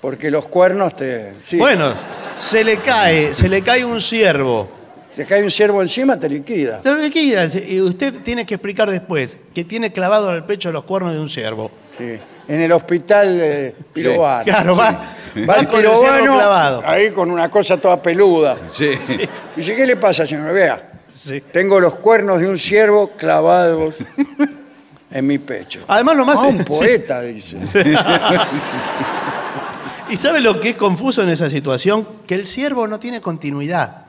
porque los cuernos te. sí.
bueno, se le cae, se le cae un ciervo.
Si cae un ciervo encima, te liquida.
Pero, ¿qué quiere decir? Y usted tiene que explicar después que tiene clavado en el pecho los cuernos de un ciervo.
Sí. En el hospital eh, pirobano.
*laughs* Claro, va,
Va
va
el
con el ciervo
pirobano
clavado.
ahí con una cosa toda peluda.
Sí.
Y dice, ¿qué le pasa, señor? Vea,
Sí.
tengo los cuernos de un ciervo clavados en mi pecho.
Además, lo más.
Ah, un
sí.
poeta, dice. eh.
¿Y sabe lo que es confuso en esa situación? Que el ciervo no tiene continuidad.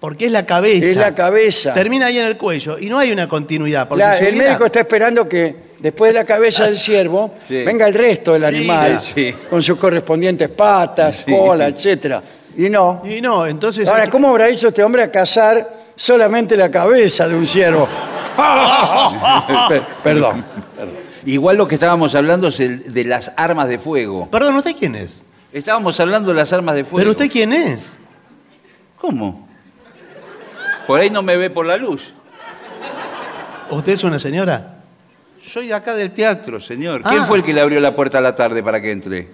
Porque es la cabeza.
Es la cabeza.
Termina ahí en el cuello y no hay una continuidad. Porque
La-
si
el
hubiera-
médico está esperando que después de la cabeza del ciervo
Sí.
venga el resto del
Sí,
animal
sí.
con sus correspondientes patas,
Sí.
cola, etcétera. Y no.
Y no, entonces.
Ahora, ¿cómo habrá hecho este hombre a cazar solamente la cabeza de un ciervo?
*laughs*
Pe- Perdón.
Igual lo que estábamos hablando es el- de las armas de fuego.
Perdón, ¿usted quién es?
Estábamos hablando de las armas de fuego.
¿Pero usted quién es?
¿Cómo? Por ahí no me ve por la luz.
¿Usted es una señora?
Soy de acá del teatro, señor.
Ah.
¿Quién fue el que le abrió la puerta a la tarde para que entre?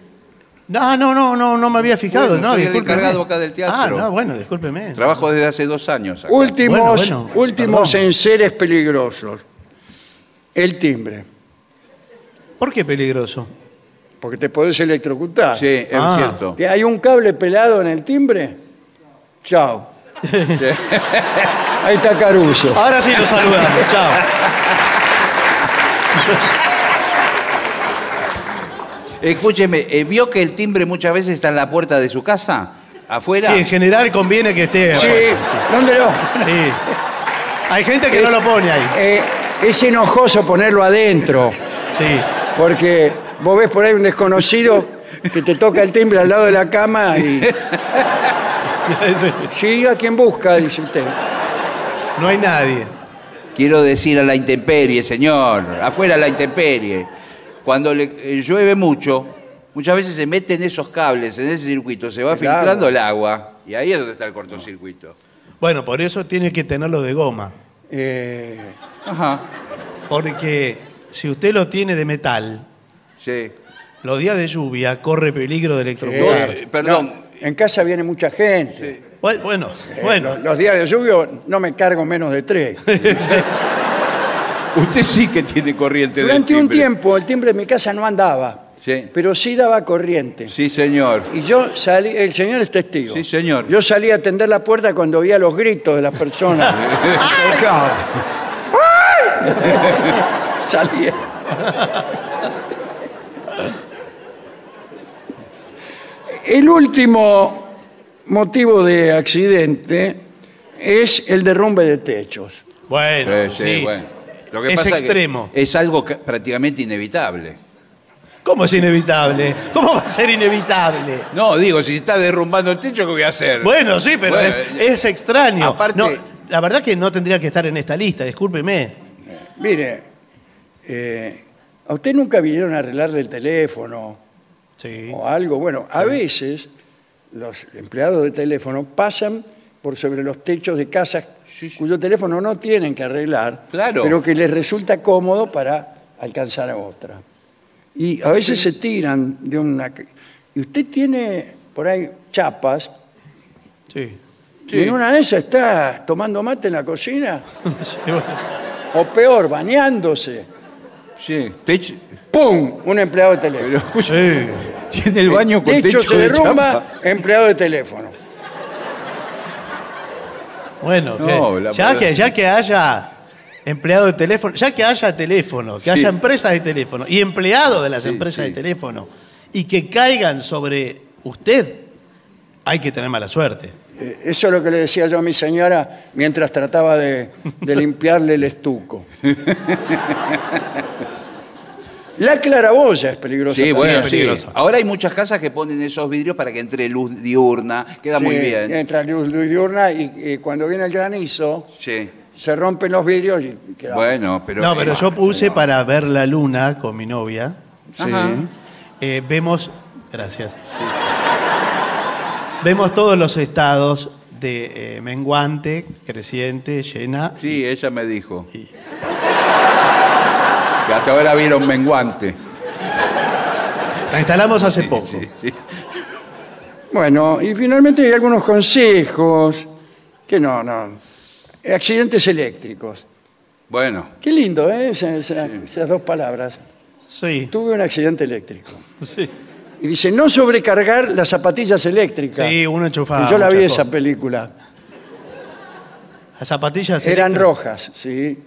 No, no, no, no, no me había fijado.
Bueno,
no,
soy el
discúlpeme.
encargado acá del teatro.
Ah, no, bueno, discúlpeme.
Trabajo desde hace dos años. acá.
Últimos,
Bueno, bueno,
últimos
perdón.
en seres peligrosos. El timbre,
¿Por qué peligroso?
porque te podés electrocutar.
Sí, es
Ah.
cierto.
¿Y ¿Hay un cable pelado en el timbre? Chao. *laughs* Ahí está Caruso.
Ahora sí lo *laughs* saludamos, chao.
Escúcheme, eh, ¿vio que el timbre muchas veces está en la puerta de su casa? ¿Afuera?
Sí, en general conviene que esté.
Sí, ¿dónde lo?
Sí. Hay gente que
Es-
no lo pone ahí.
Eh, es enojoso ponerlo adentro,
Sí. *laughs*
porque vos ves por ahí un desconocido que te toca el timbre al lado de la cama y...
Sí.
Sí, ¿a quién busca? Dice usted.
No hay nadie.
Quiero decir a la intemperie, señor. Afuera a la intemperie. Cuando le, eh, llueve mucho, muchas veces se meten esos cables en ese circuito, se va
Claro.
filtrando el agua. Y ahí es donde está el cortocircuito.
Bueno, por eso tiene que tenerlo de goma.
Eh,
Ajá.
Porque si usted lo tiene de metal,
Sí.
los días de lluvia corre peligro de
Eh,
electrocutarse.
perdón.
no, en casa viene mucha gente.
Bueno, bueno,
Eh,
bueno.
Los, los días de lluvia no me cargo menos de tres.
Usted sí que tiene corriente
Durante
del
un
timbre.
tiempo el timbre de mi casa no andaba,
Sí.
pero sí daba corriente.
Sí, señor.
Y yo salí, el señor es testigo.
Sí, señor.
Yo salí a atender la puerta cuando oía los gritos de las personas.
*laughs*
Claro. ¡Ay! Salí. El último motivo de accidente es el derrumbe de techos.
Eh,
Bueno,
sí,
sí.
bueno. Lo
Es
pasa que
extremo.
es algo ca- prácticamente inevitable.
¿Cómo es inevitable? ¿Cómo va a ser inevitable?
No, digo, si está derrumbando el techo, ¿qué voy a hacer?
Bueno, sí, pero
Bueno, eh,
es, es extraño.
Aparte-
No, la verdad que no tendría que estar en esta lista, discúlpeme.
Mire, eh, a usted nunca vinieron a arreglarle el teléfono o algo. Bueno, a veces los empleados de teléfono pasan por sobre los techos de casas cuyo teléfono no tienen que arreglar,
Claro.
pero que les resulta cómodo para alcanzar a otra. Y a veces se tiran de una... ca- Y usted tiene por ahí chapas
Sí. *laughs*
y en una de esas está tomando mate en la cocina
Sí, bueno.
o peor, bañándose.
Sí, techo. *laughs*
¡Pum! Un empleado de teléfono.
Tiene el baño con
techo,
techo,
se
de
derrumba,
chapa.
empleado de teléfono.
Bueno,
No,
que-
la
ya,
verdad-
que, ya que haya empleado de teléfono, ya que haya teléfono, que
Sí.
haya empresas de teléfono y empleados de las empresas de teléfono y que caigan sobre usted, hay que tener mala suerte.
Eh, Eso es lo que le decía yo a mi señora mientras trataba de, de limpiarle el estuco. *laughs* La claraboya es peligrosa.
Sí,
también.
bueno, sí.
peligroso.
Ahora hay muchas casas que ponen esos vidrios para que entre luz diurna. Queda muy
Sí,
bien.
Eh, Entra luz luz diurna y, y cuando viene el granizo
Sí.
se rompen los vidrios y queda-
Bueno, pero.
no, pero yo puse para ver la luna con mi novia.
Sí.
Eh, vemos, gracias. Vemos todos los estados de eh, menguante, creciente, llena.
Sí, ella me dijo. Que hasta ahora vieron menguante.
La instalamos hace poco.
Bueno, y finalmente hay algunos consejos que no, no. Accidentes eléctricos.
Bueno,
Qué lindo, ¿eh? Esa- esa- Esas dos palabras.
Sí,
Tuve un accidente eléctrico.
sí.
Y dice, no sobrecargar las zapatillas eléctricas.
Sí, uno enchufaba.
Y yo la vi
muchas
esa
cosas.
película.
Las zapatillas
Eran
eléctricas.
rojas, ¿sí?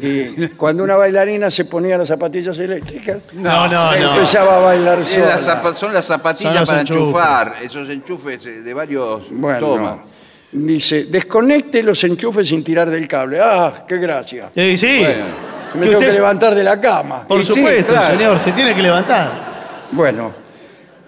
Y cuando una bailarina se ponía las zapatillas eléctricas,
No, no, no.
empezaba a bailar
es
sola.
la zapa- son Eh, las zapatillas
Son los
para
enchufes.
enchufar. Esos enchufes eh, de varios
Bueno,
tomas.
dice, desconecte los enchufes sin tirar del cable. ¡Ah, qué gracia!
Eh, sí.
Bueno.
Que
Me tengo
usted-
que levantar de la cama.
Por
Y sí,
supuesto,
claro.
señor, se tiene que levantar.
Bueno,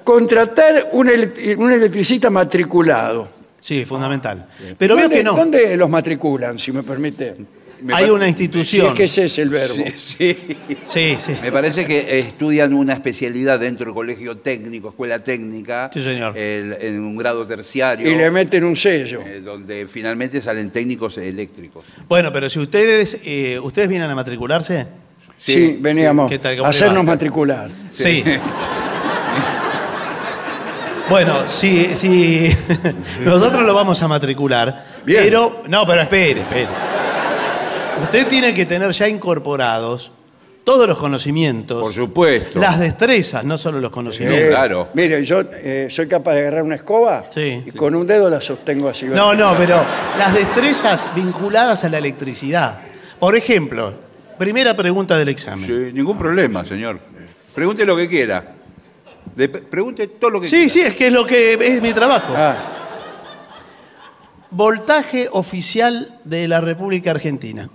contratar un, elect- un electricista matriculado.
Sí, fundamental. Pero veo
¿Dónde-
que no.
¿Dónde los matriculan, si me permite?
Me
Hay
pare-
una
Si es
institución.
que ese es el verbo.
*laughs* Sí.
Sí, sí.
Me parece que eh, estudian una especialidad dentro del colegio técnico, escuela técnica,
Sí, señor.
el- en un grado terciario,
Y le meten un sello.
eh, donde finalmente salen técnicos eléctricos.
Bueno, pero si ustedes eh, ustedes vienen a matricularse.
Sí, veníamos
¿Qué tal? ¿Cómo
a
le
hacernos
va?
matricular.
Sí. bueno, si, si *laughs* nosotros lo vamos a matricular,
Bien.
pero no, pero espere, espere. Usted tiene que tener ya incorporados todos los conocimientos.
Por supuesto.
Las destrezas, no solo los conocimientos.
Eh, claro.
Mire, yo eh, soy capaz de agarrar una escoba
Sí.
y con un dedo la sostengo así.
No, no, pero las destrezas vinculadas a la electricidad. Por ejemplo, primera pregunta del examen. Sí,
Sí, ningún problema, señor. Pregunte lo que quiera. Le pre- pregunte todo lo que
sí,
quiera.
es que es lo que es mi trabajo.
Ah,
Voltaje oficial de la República Argentina.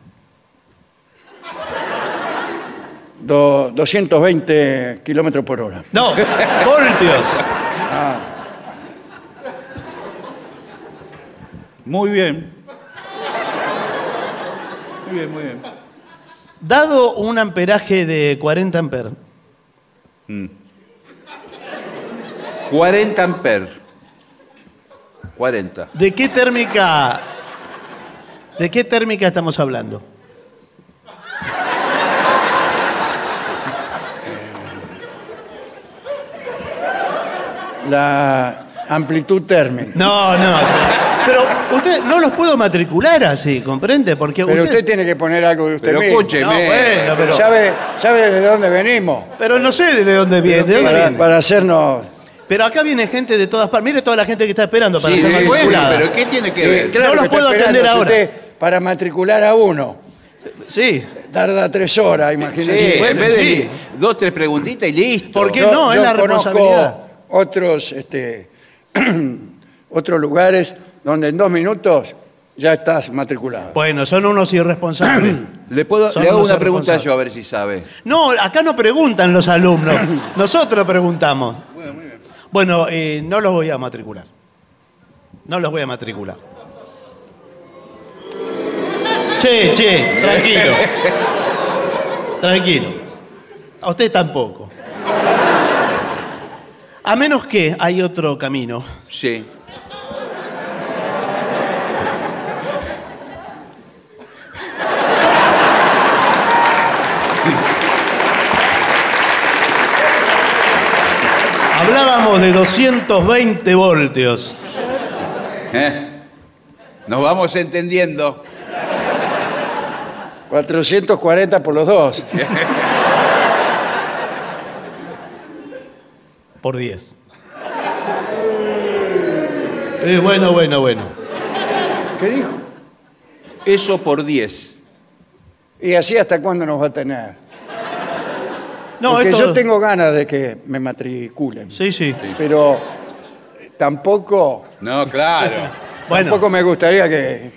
do- 220 kilómetros por hora.
No, *laughs* voltios.
Muy bien. Muy bien, muy bien.
Dado un amperaje de 40 amperes,
40 amper. 40.
¿de qué térmica de qué térmica estamos hablando?
La amplitud térmica.
No, no. Pero usted no los puedo matricular así, ¿comprende? Porque
Pero usted tiene que poner algo de usted
Pero
mismo.
escúcheme.
No, bueno, pero,
¿Sabe, ¿Sabe de dónde venimos?
pero no sé de dónde viene. ¿de dónde
Para,
viene?
para hacernos...
Pero acá viene gente de todas partes. Mire toda la gente que está esperando para
Sí,
ser
sí, bueno,
matriculada.
pero ¿qué tiene que
Eh,
ver?
claro
No los
que está
puedo atender
esperando
ahora.
usted para matricular a uno.
Sí.
Tarda tres horas,
Sí,
imagínese.
en vez de
sí.
dos, tres preguntitas y listo.
¿Por qué? no, es la
conozco
responsabilidad.
Otros, este, *clears throat* otros lugares donde en dos minutos ya estás matriculado.
Bueno, son unos irresponsables.
*clears throat* Le, puedo,
Son
le hago
unos
una pregunta
irresponsables.
yo, a ver si sabe.
No, acá no preguntan los alumnos. Nosotros preguntamos. Bueno, eh, no los voy a matricular. No los voy a matricular. Che, che, tranquilo. Tranquilo. A usted tampoco. A menos que hay otro camino.
Sí.
Hablábamos de 220 voltios.
¿Eh? Nos vamos entendiendo.
440 por los dos.
Por 10. Eh, bueno, bueno, bueno.
¿Qué dijo?
Eso por 10.
¿Y así hasta cuándo nos va a tener?
No,
Porque
esto-
yo tengo ganas de que me matriculen,
Sí, sí.
pero tampoco,
No, claro.
Bueno,
tampoco me gustaría que...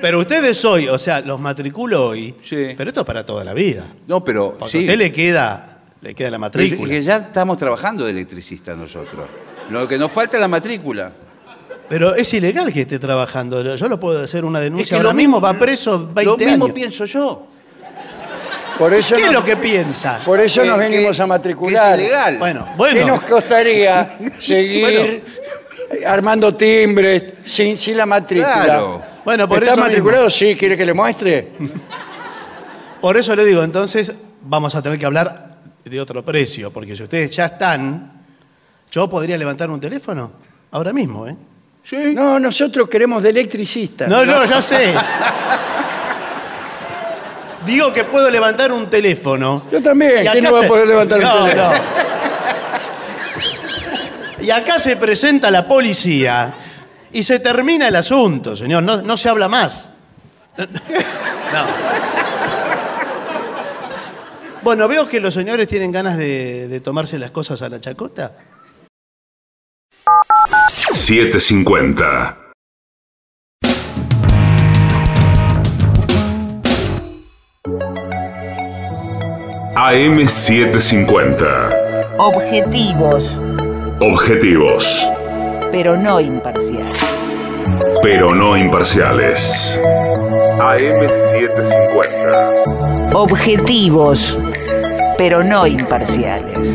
pero ustedes hoy, o sea, los matriculo hoy,
Sí.
pero esto es para toda la vida.
No, pero
Porque a
sí.
usted le queda, le queda la
Pero es
matrícula.
que ya estamos trabajando de electricista nosotros. Lo que nos falta es la matrícula.
Pero es ilegal que esté trabajando. Yo lo puedo hacer una denuncia.
Es que
Ahora
lo
mismo
mismo-
va preso 20
Lo mismo
años.
pienso yo.
Por eso,
¿Qué es
no-
lo que piensa?
por eso nos
Que-
venimos
que-
a matricular.
que es ilegal.
Bueno,
¿Qué
bueno.
nos
*laughs*
costaría seguir armando timbres sin, sin la matrícula?
Claro.
Bueno, por
¿Está
eso mismo.
matriculado? Sí, ¿quiere que le
*laughs*
muestre?
Por eso le digo, entonces vamos a tener que hablar de otro precio, porque si ustedes ya están, yo podría levantar un teléfono ahora mismo, ¿eh?
Sí.
No, nosotros queremos de electricista.
No, no, ya sé. Digo que puedo levantar un teléfono.
Yo también,
Y
Eh, ¿quién
acá
no va
se-
a poder levantar un
No,
teléfono?
no. *laughs* Y acá se presenta la policía y se termina el asunto, señor. No, no se habla más. No. Bueno, veo que los señores tienen ganas de, de tomarse las cosas a la chacota.
750. AM750.
Objetivos,
Objetivos,
pero no imparciales.
pero no imparciales. AM750.
Objetivos, pero no imparciales.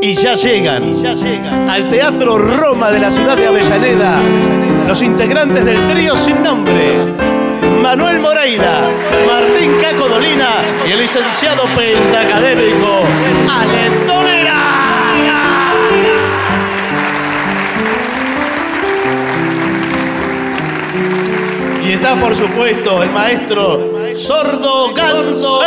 Y ya llegan, al Teatro Roma de la ciudad de Avellaneda los integrantes del trío sin nombre. Manuel Moreira, Martín Caco Dolina y el licenciado pentacadémico Alentonera. Y está, por supuesto, el maestro Sordo Ganso.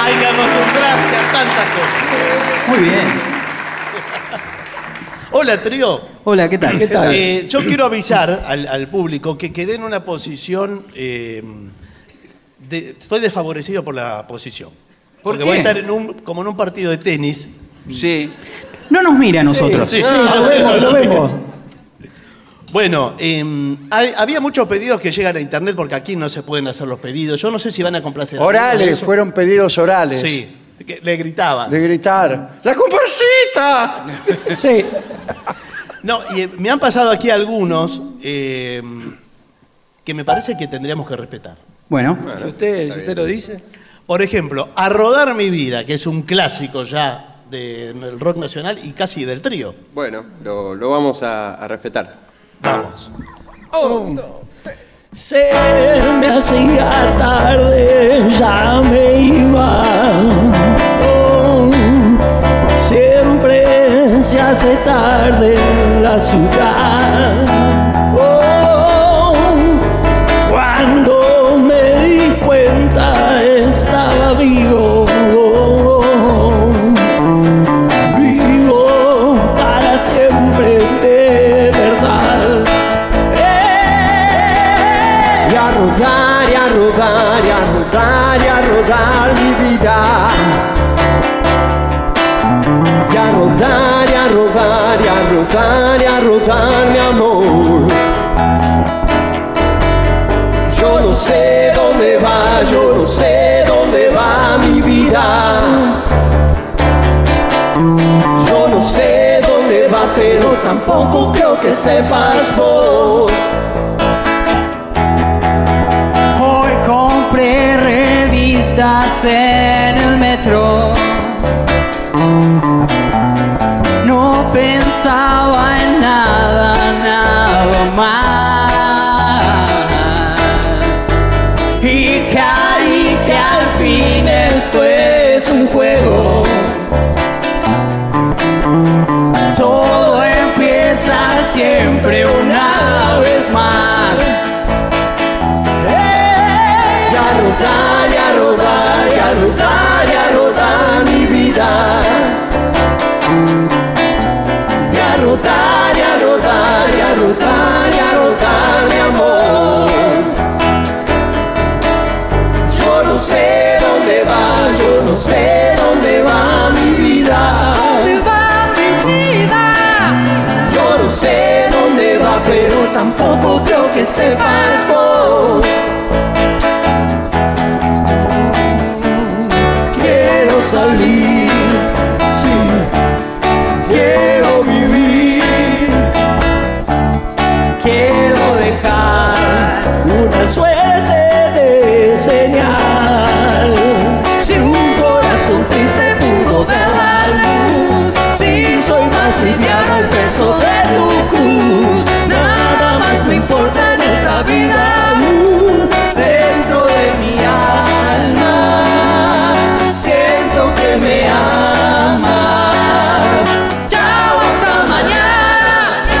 Hay que acostumbrarse a tantas cosas.
Muy bien.
Hola, trío.
Hola, ¿qué tal? ¿Qué
Eh, yo quiero avisar al, al público que quedé en una posición. eh, de- estoy desfavorecido por la posición.
¿Por
Porque
qué?
voy a estar en un- como en un partido de tenis.
Sí.
No nos mira a nosotros.
Sí, sí,
Ah, lo vemos, lo vemos.
Bueno, eh, hay- había muchos pedidos que llegan a internet porque aquí no se pueden hacer los pedidos. Yo no sé si van a complacer. a alguno de
Orales,
esos.
fueron pedidos orales.
Sí, que le gritaba.
De gritar, ¡la comparsita!
Sí.
No, y eh, me han pasado aquí algunos eh, que me parece que tendríamos que respetar.
Bueno,
Bueno,
si usted, si usted lo dice.
Por ejemplo, A Rodar Mi Vida, que es un clásico ya de- del rock nacional y casi del trío.
Bueno, lo, lo vamos a, a respetar.
Vamos.
Se me hacía tarde, ya me iba. Oh, siempre se hace tarde en la ciudad. Oh, cuando me di cuenta estaba vivo. Oh, a rodar y a rodar y a rodar y a rodar, mi amor. Yo no sé dónde va, yo no sé dónde va mi vida. Yo no sé dónde va, pero tampoco creo que sepas vos.
Hoy compré revistas en el metro. No pensaba en nada, nada más. Y caí que al fin esto
pues,
es un juego. Todo empieza siempre una vez más.
Y a rodar, y a rodar, y a rodar, y a rodar mi vida. Y a rodar, y a rodar, y a rodar, y a rodar mi amor. Yo no sé dónde va, yo no sé dónde va mi vida. ¿Dónde va mi vida? Yo no sé dónde va, pero tampoco creo que sepas vos. Quiero salir, sí, quiero vivir, quiero dejar una suerte de señal. Si un corazón triste pudo ver la luz, si soy más liviano el peso de tu cruz, nada más me importa en esta vida. aún Dentro de mi alma siento que me amas. Chao, hasta mañana.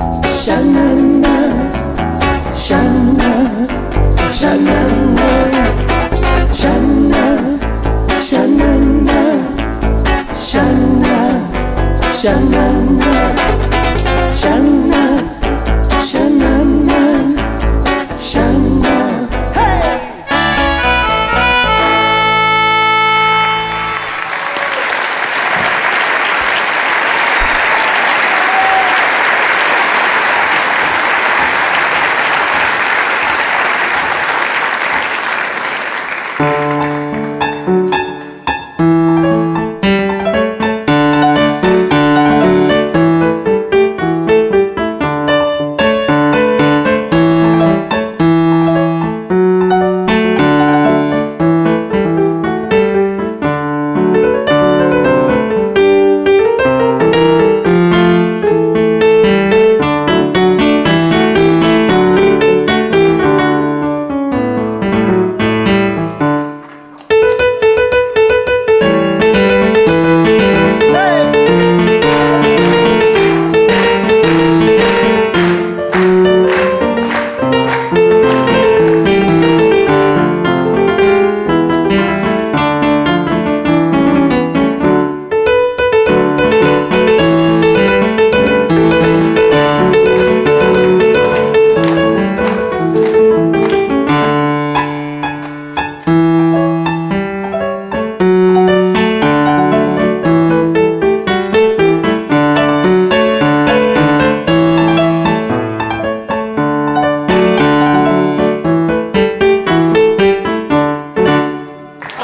Shanana, shanana, shanana, shanana, shanana, shanana, shanana, shanana, shanana, shanana.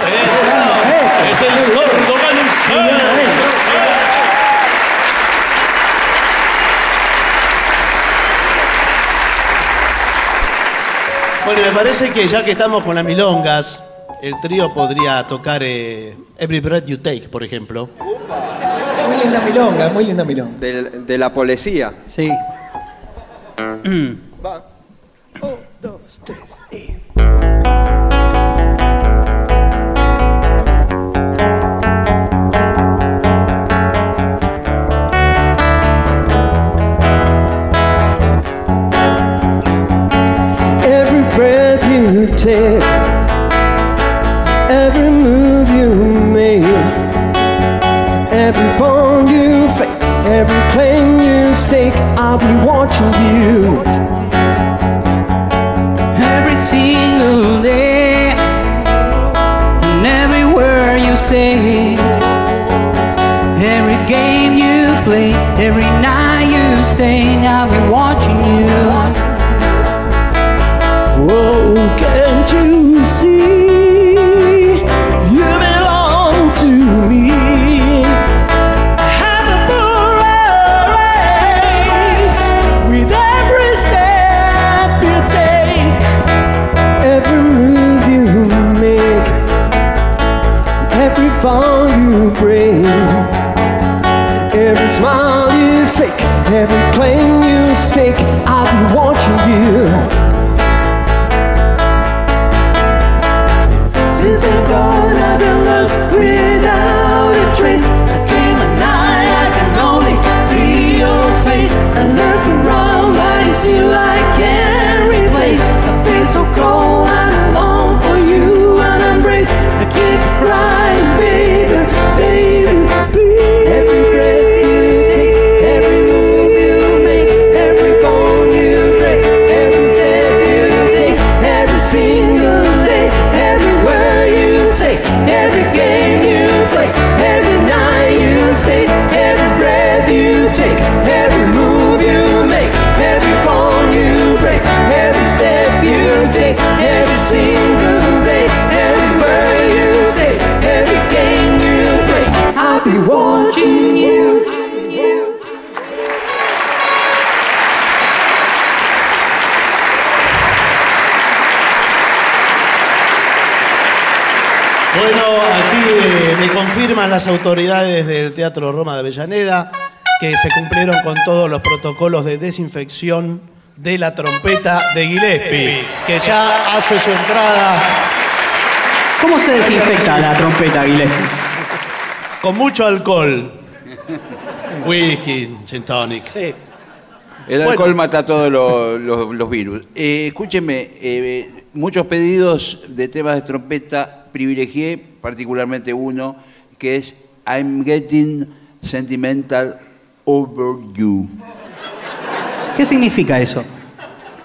Eh, Es el sordo Manuel. Bueno, me parece que ya que estamos con las milongas, el trío podría tocar eh, Every Breath You Take, por ejemplo.
Muy linda milonga, muy linda milonga.
Del- de la policía.
Sí.
Dos, tres, y...
Every breath you take,
every move you make, every bond you fake, every claim you stake, I'll be watching you.
every single day and every word you say, every game you play, every night you stay. I've been watching you.
Oh, can't you see? You belong to me. Have a parade with every step you take, every move you make, every bond you break. Every smile you fake, every claim you stake, I've been watching you. Since we're gone, I've been lost without a trace.
I dream at night, I can only see your face. I look around, but it's you I can't replace. I feel so cold and alone for you and embrace. I keep crying, baby, baby, please. Every breath you take, every move you make, every bone you break, every step you take, every single day, every word you say, every game you play, every night you stay, every breath you take, every move you make, every bone you break, every step you take, every single day, every word you say, every game you play. I'll be watching you.
Bueno, aquí eh, me confirman las autoridades del Teatro Roma de Avellaneda que se cumplieron con todos los protocolos de desinfección de la trompeta de Gillespie, que ya hace su entrada.
¿Cómo se desinfecta la trompeta, Gillespie?
Con mucho alcohol. Whisky, gin tonic. Sí.
El alcohol mata todos los, los- los virus. Eh, escúcheme, eh, muchos pedidos de temas de trompeta privilegié, particularmente uno, que es I'm getting sentimental over you.
¿Qué significa eso?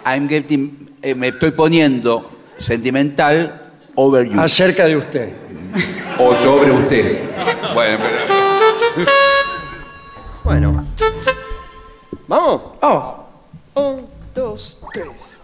I'm getting, eh, me estoy poniendo sentimental over you.
Acerca de usted.
O sobre usted. Bueno, pero...
Bueno. ¿Vamos?
Oh.
Un, dos, tres.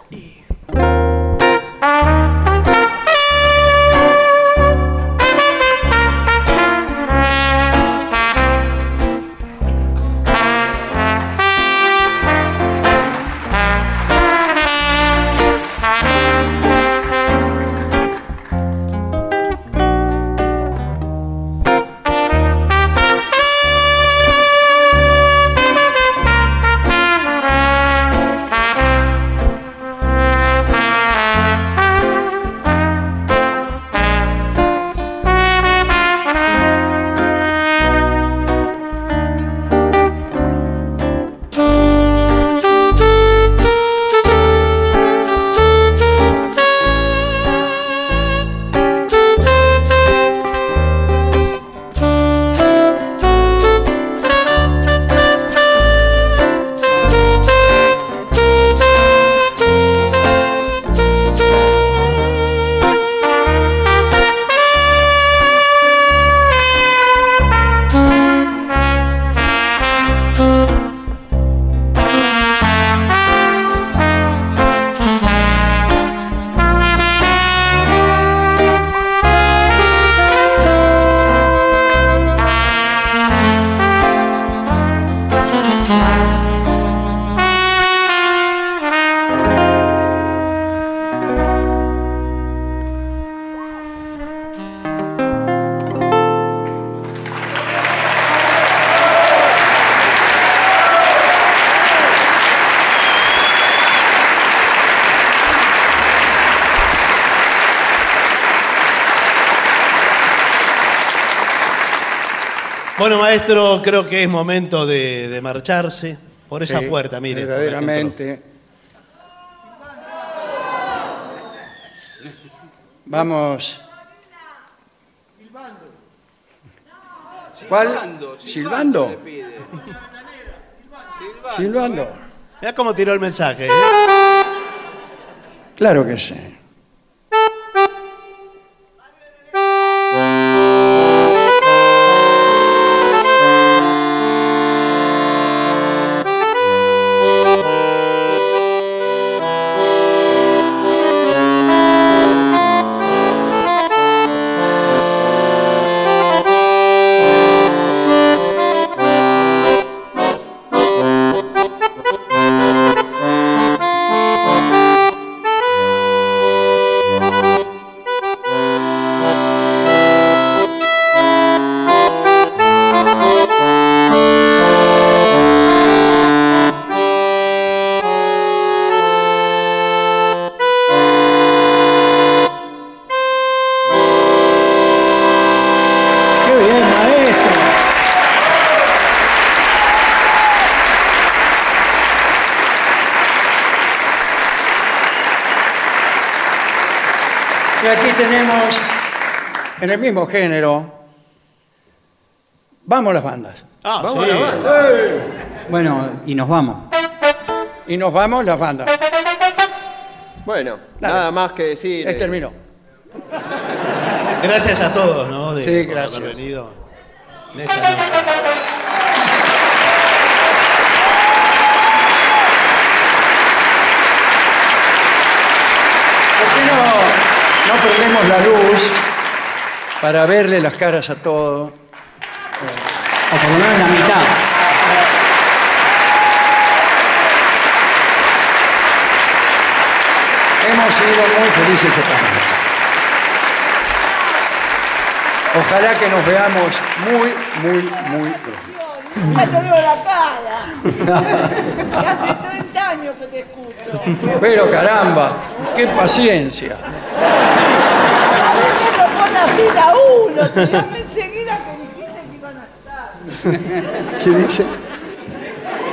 Bueno, maestro, creo que es momento de, de marcharse por esa
Sí,
puerta, mire. por la que entró.
Verdaderamente. Vamos. ¿Cuál? Silbando, silbando. Silbando. Ah,
Mirá cómo tiró el mensaje. ¿eh?
Claro que sí.
¡Qué bien, maestro!
Y aquí tenemos, en el mismo género, vamos las bandas.
Ah,
Vamos
sí.
a la
Bueno, y nos vamos.
Y nos vamos las bandas.
Bueno, nada más que decir.
Eh, terminó.
Gracias a todos, ¿no? De-
Sí,
por
gracias.
haber venido en esta noche.
¿Por qué no, no prendemos la luz para verle las caras a todos?
O por lo menos la mitad.
Hemos sido muy felices esta noche. Ojalá que nos veamos muy, muy, muy pronto.
Ya te veo la cara. Hace 30 años que te escucho.
Pero caramba, qué paciencia.
Siempre lo pone así la uno. Te llama enseguida que dijiste que iban a estar.
¿Qué dice?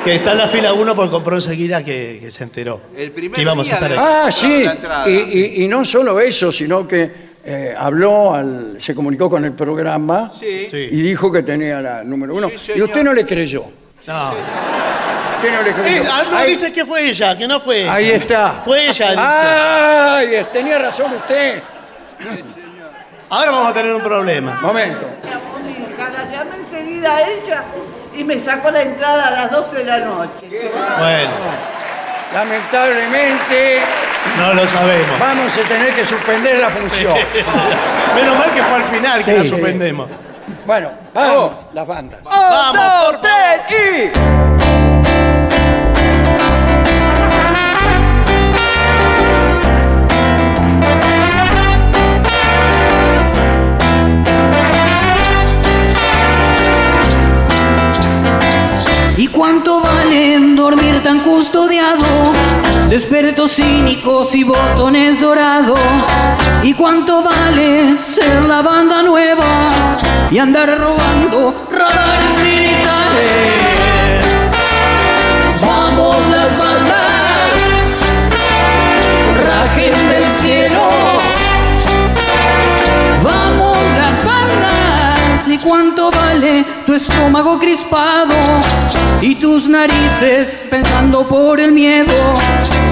Que está en la fila uno porque compró enseguida que, que se enteró. El que íbamos a estar ahí.
Ah, sí. Y, y- y no solo eso, sino que eh, habló, al, se comunicó con el programa y dijo que tenía la número uno. y usted no le creyó.
No.
no le creyó?
Eh, ah, no,
Ahí-
dice que fue ella, que no fue ella. *laughs*
Ahí está. Ah.
Fue ella, dice.
Ay, es- tenía razón usted.
Ahora vamos a tener un problema.
Momento.
La llama enseguida a ella y me sacó la entrada a las 12 de la noche.
Bueno.
Lamentablemente.
No lo sabemos.
Vamos a tener que suspender la función.
Menos mal que fue al final que
Sí.
la suspendemos.
Bueno, vamos, las bandas.
Vamos,
dos, tres y.
¿Y cuánto valen dormir tan custodiado? Despertos cínicos y botones dorados. ¿Y cuánto vale ser la banda nueva y andar robando radares militares? Vamos las bandas, rajen del cielo. Vamos las bandas y cuánto vale tu estómago crispado y tus narices pensando por el miedo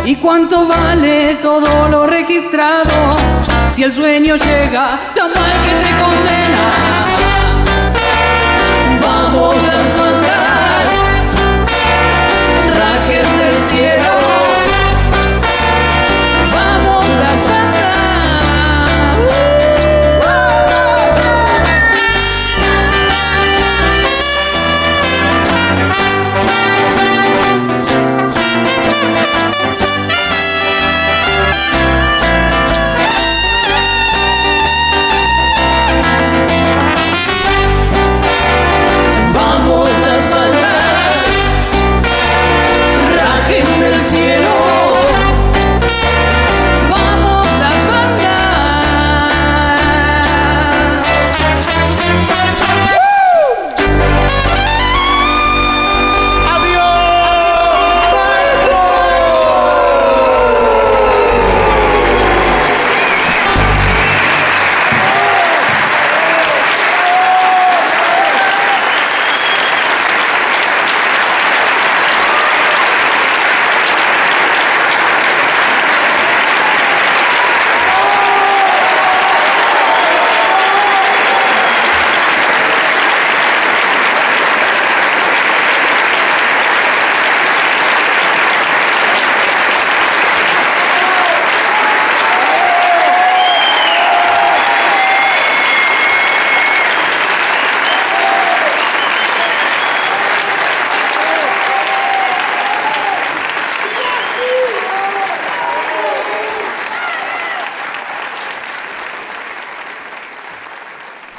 y cuánto vale todo lo registrado si el sueño llega tan mal que te condena. Vamos las bandas, rajes del cielo. Vamos las bandas. Vamos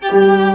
Gracias.